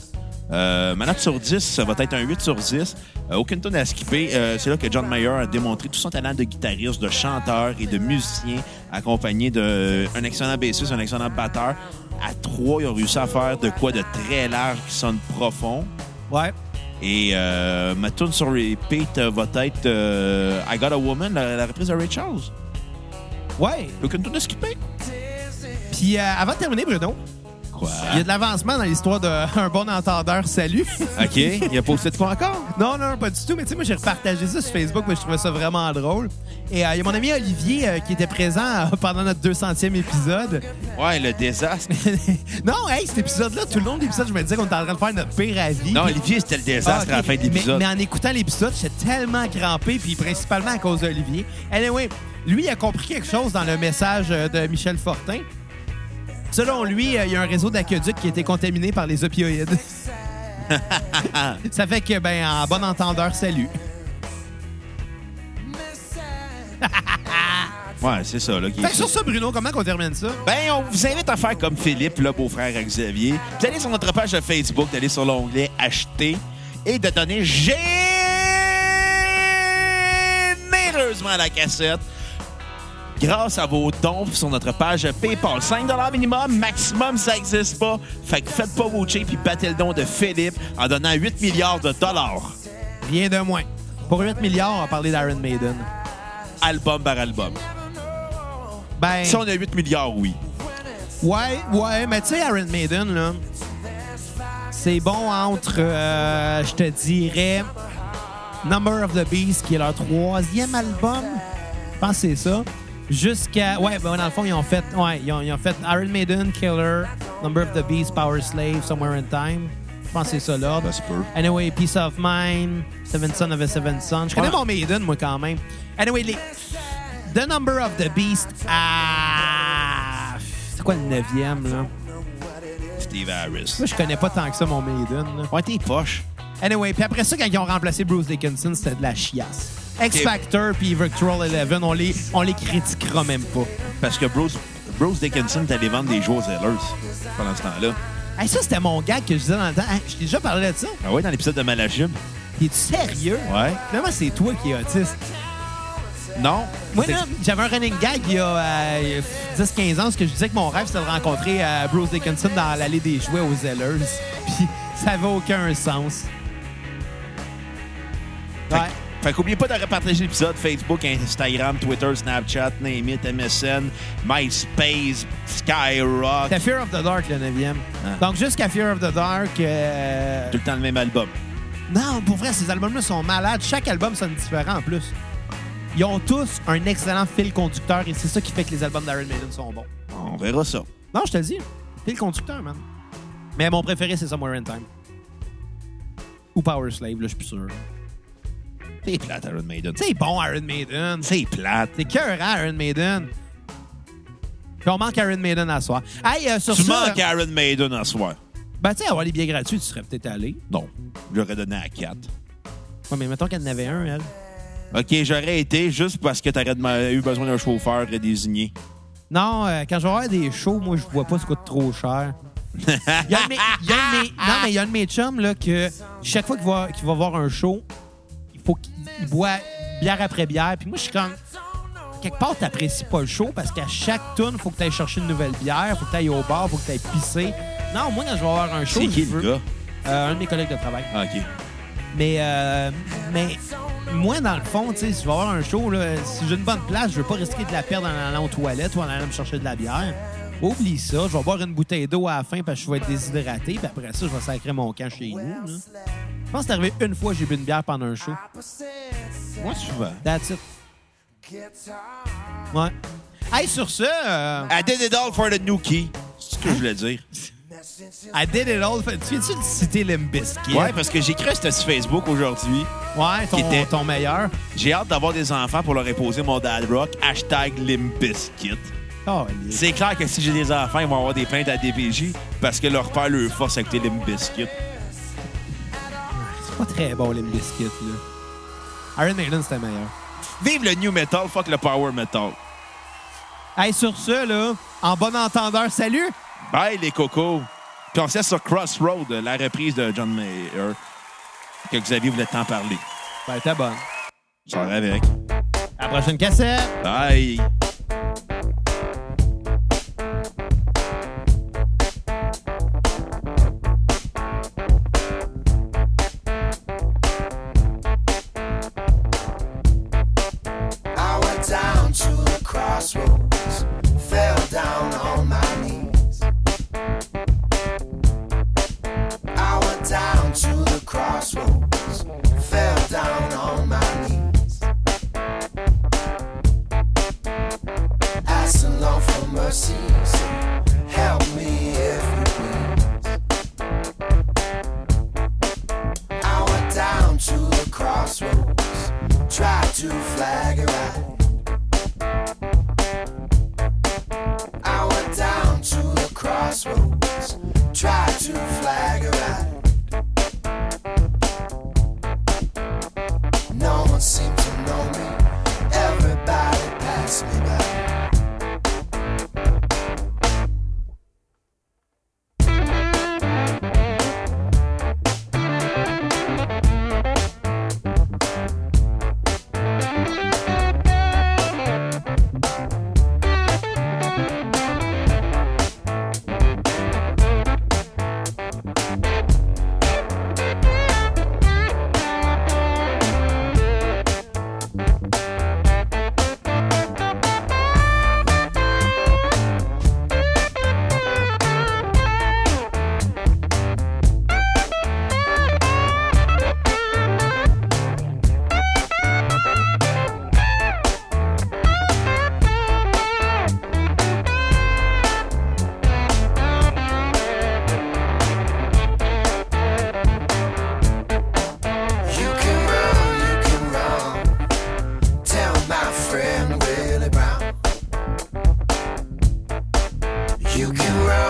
[SPEAKER 1] Euh, ma note sur 10, ça va être un 8 sur 10. Euh, aucune tonne à skipper. Euh, c'est là que John Mayer a démontré tout son talent de guitariste, de chanteur et de musicien, accompagné d'un excellent bassiste, un excellent batteur. À trois, ils ont réussi à faire de quoi de très large qui sonne profond.
[SPEAKER 3] Ouais.
[SPEAKER 1] Et euh, ma tune sur repeat euh, va être euh, I Got a Woman, la, la reprise de Ray Charles.
[SPEAKER 3] Ouais.
[SPEAKER 1] Aucune tune à skipper.
[SPEAKER 3] Puis euh, avant de terminer, Bruno,
[SPEAKER 1] Quoi?
[SPEAKER 3] il y a de l'avancement dans l'histoire d'un bon entendeur. Salut.
[SPEAKER 1] OK. Il a posté de quoi encore?
[SPEAKER 3] non, non, pas du tout. Mais tu sais, moi, j'ai repartagé ça sur Facebook, mais je trouvais ça vraiment drôle. Et euh, il y a mon ami Olivier euh, qui était présent euh, pendant notre 200e épisode.
[SPEAKER 1] Ouais, le désastre.
[SPEAKER 3] non, hey, cet épisode-là, tout le long de l'épisode, je me disais qu'on était en train de faire notre pire avis.
[SPEAKER 1] non, Olivier, c'était le
[SPEAKER 3] Ah,
[SPEAKER 1] désastre
[SPEAKER 3] ok.
[SPEAKER 1] à la fin de
[SPEAKER 3] Mais-
[SPEAKER 1] l'épisode.
[SPEAKER 3] Mais, en écoutant l'épisode, j'étais tellement crampé, puis principalement à cause d'Olivier. Anyway, lui, il a compris quelque chose dans le message euh, de Michel Fortin. Selon lui, euh, il y a un réseau d'aqueducs qui a été contaminé par les opioïdes. Ça fait que, ben, en bon entendeur, salut.
[SPEAKER 1] Ouais, c'est ça. Là, qui-
[SPEAKER 3] Fait que sur ça, Bruno, comment qu'on termine ça?
[SPEAKER 1] Ben, on vous invite à faire comme Philippe, le beau-frère à Xavier. Vous allez sur notre page de Facebook, d'aller sur l'onglet Acheter et de donner généreusement à la cassette. Grâce à vos dons sur notre page PayPal, 5 minimum, maximum, ça n'existe pas. Fait que faites pas vos cheap et battez le don de Philippe en donnant 8 milliards de dollars,
[SPEAKER 3] Rien de moins. Pour 8 milliards, on va parler d'Iron Maiden.
[SPEAKER 1] album par album.
[SPEAKER 3] Ben,
[SPEAKER 1] Si on a 8 milliards, oui.
[SPEAKER 3] ouais, ouais, mais tu sais, Iron Maiden, là, C'est bon entre, euh, je te dirais, Number of the Beast, qui est leur troisième album. Je pense que c'est ça. Jusqu'à. Ouais, ben, dans le fond, ils ont fait. Ouais, ils ont, ils ont fait Iron Maiden, Killer, Number of the Beast, Power Slave, Somewhere in Time. Je pense que c'est ça l'ordre.
[SPEAKER 1] Ça se peut.
[SPEAKER 3] Anyway, Peace of Mind, Seven Son of a Seven Son. Je connais
[SPEAKER 1] Ouais.
[SPEAKER 3] mon Maiden, moi, quand même. Anyway, les... The Number of the Beast à. C'est quoi le neuvième, là?
[SPEAKER 1] Steve Harris.
[SPEAKER 3] Moi, je connais pas tant que ça, mon Maiden. là.
[SPEAKER 1] Ouais, t'es poche.
[SPEAKER 3] Anyway, puis après ça, quand ils ont remplacé Bruce Dickinson, c'était de la chiasse. X Factor puis Victoral Eleven, on les, on les critiquera même pas.
[SPEAKER 1] Parce que Bruce, Bruce Dickinson, t'allais vendre des jouets aux Zellers pendant ce temps-là.
[SPEAKER 3] Hey, ça, c'était mon gag que je disais dans le temps. Hey, je t'ai déjà parlé de ça.
[SPEAKER 1] Ah ouais, dans l'épisode de Malachim.
[SPEAKER 3] T'es-tu sérieux?
[SPEAKER 1] Ouais.
[SPEAKER 3] Finalement, c'est toi qui es autiste.
[SPEAKER 1] Non.
[SPEAKER 3] Moi,
[SPEAKER 1] C'est-
[SPEAKER 3] là, j'avais un running gag il y a euh, 10-15 ans, parce que je disais que mon rêve, c'était de rencontrer euh, Bruce Dickinson dans l'allée des jouets aux Zellers. Puis ça avait aucun sens.
[SPEAKER 1] Fait-
[SPEAKER 3] Ouais.
[SPEAKER 1] Fait qu'oubliez pas de partager l'épisode Facebook, Instagram, Twitter, Snapchat, name it, MSN, MySpace, Skyrock.
[SPEAKER 3] C'était Fear of the Dark, le 9e.
[SPEAKER 1] Ah.
[SPEAKER 3] Donc, jusqu'à Fear of the Dark... euh,
[SPEAKER 1] Tout le temps le même album.
[SPEAKER 3] Non, pour vrai, ces albums-là sont malades. Chaque album sonne différent en plus. Ils ont tous un excellent fil conducteur et c'est ça qui fait que les albums d'Iron Maiden sont bons.
[SPEAKER 1] On verra ça.
[SPEAKER 3] Non, je te le dis, fil conducteur, man. Mais mon préféré, c'est Somewhere in Time. Ou Power Slave, là, je suis plus sûr.
[SPEAKER 1] C'est plate, Iron Maiden.
[SPEAKER 3] C'est bon, Iron Maiden.
[SPEAKER 1] C'est plate.
[SPEAKER 3] C'est cœur, hein, Iron Maiden. Puis on manque Iron Maiden à soir. Hey, euh, sur
[SPEAKER 1] Tu
[SPEAKER 3] ça,
[SPEAKER 1] manques Iron Maiden en soir.
[SPEAKER 3] ben, tu sais, avoir les billets gratuits, tu serais peut-être allé.
[SPEAKER 1] Non. J'aurais donné à 4.
[SPEAKER 3] Ouais, mais mettons qu'elle en avait un, elle.
[SPEAKER 1] OK, j'aurais été juste parce que t'aurais dem- eu besoin d'un chauffeur désigné.
[SPEAKER 3] Non, euh, quand je vais voir des shows, moi, je vois pas ce qui coûte trop cher. Il y a un de mes- il y a un de mes- non, mais il y a un de mes chums là, que chaque fois qu'il va, qu'il va voir un show, il faut qu'il boit bière après bière. Puis moi, je suis comme... Quelque part, t'apprécies pas le show parce qu'à chaque tune, faut que t'ailles chercher une nouvelle bière, faut que t'ailles au bar, faut que t'ailles pisser. Non, moi, quand je vais voir un show,
[SPEAKER 1] C'est
[SPEAKER 3] je
[SPEAKER 1] qui
[SPEAKER 3] veux-
[SPEAKER 1] le gars?
[SPEAKER 3] Euh, un de mes collègues de travail.
[SPEAKER 1] Ah, OK.
[SPEAKER 3] Mais, euh, mais moi, dans le fond, tu sais, si je vais avoir un show, là, si j'ai une bonne place, je veux pas risquer de la perdre en allant aux toilettes ou en allant me chercher de la bière. Oublie ça, je vais boire une bouteille d'eau à la fin parce que je vais être déshydraté, puis après ça, je vais sacrer mon camp chez nous. là. Je pense que c'est arrivé une fois que j'ai bu une bière pendant un show.
[SPEAKER 1] Moi, souvent.
[SPEAKER 3] That's it. Ouais. Hey, sur ce, euh,
[SPEAKER 1] I did it all for the Nuki. C'est ce que je voulais dire.
[SPEAKER 3] I did it all. Fait- Tu viens-tu de citer Limbiskit?
[SPEAKER 1] Ouais, parce que j'ai cru que c'était sur Facebook aujourd'hui.
[SPEAKER 3] Ouais, ton,
[SPEAKER 1] Qui était-
[SPEAKER 3] ton meilleur.
[SPEAKER 1] J'ai hâte d'avoir des enfants pour leur imposer mon dad rock. Hashtag Limbiskit.
[SPEAKER 3] Oh,
[SPEAKER 1] C'est clair que si j'ai des enfants, ils vont avoir des plaintes à DPJ parce que leur père leur force à écouter Limbiskit.
[SPEAKER 3] c'est pas très bon, Limbiskit, là. Iron Maiden, c'était meilleur.
[SPEAKER 1] Vive le new metal, fuck le power metal.
[SPEAKER 3] Hey, sur ce, là, en bon entendeur, salut!
[SPEAKER 1] Bye les cocos. Puis on se laisse sur Crossroad, la reprise de John Mayer que Xavier voulait tant parler.
[SPEAKER 3] Ben, t'es bonne.
[SPEAKER 1] Sors avec.
[SPEAKER 3] À la prochaine cassette!
[SPEAKER 1] Bye.
[SPEAKER 2] I went down to the crossroads, fell down on my knees. I went down to the crossroads, fell down on my knees. Asking Lord for mercy, so help me if you please. I went down to the crossroads, tried to flag it out. I went down to the crossroads, tried to flag it out. No one seemed to know me, everybody passed me by. You can run.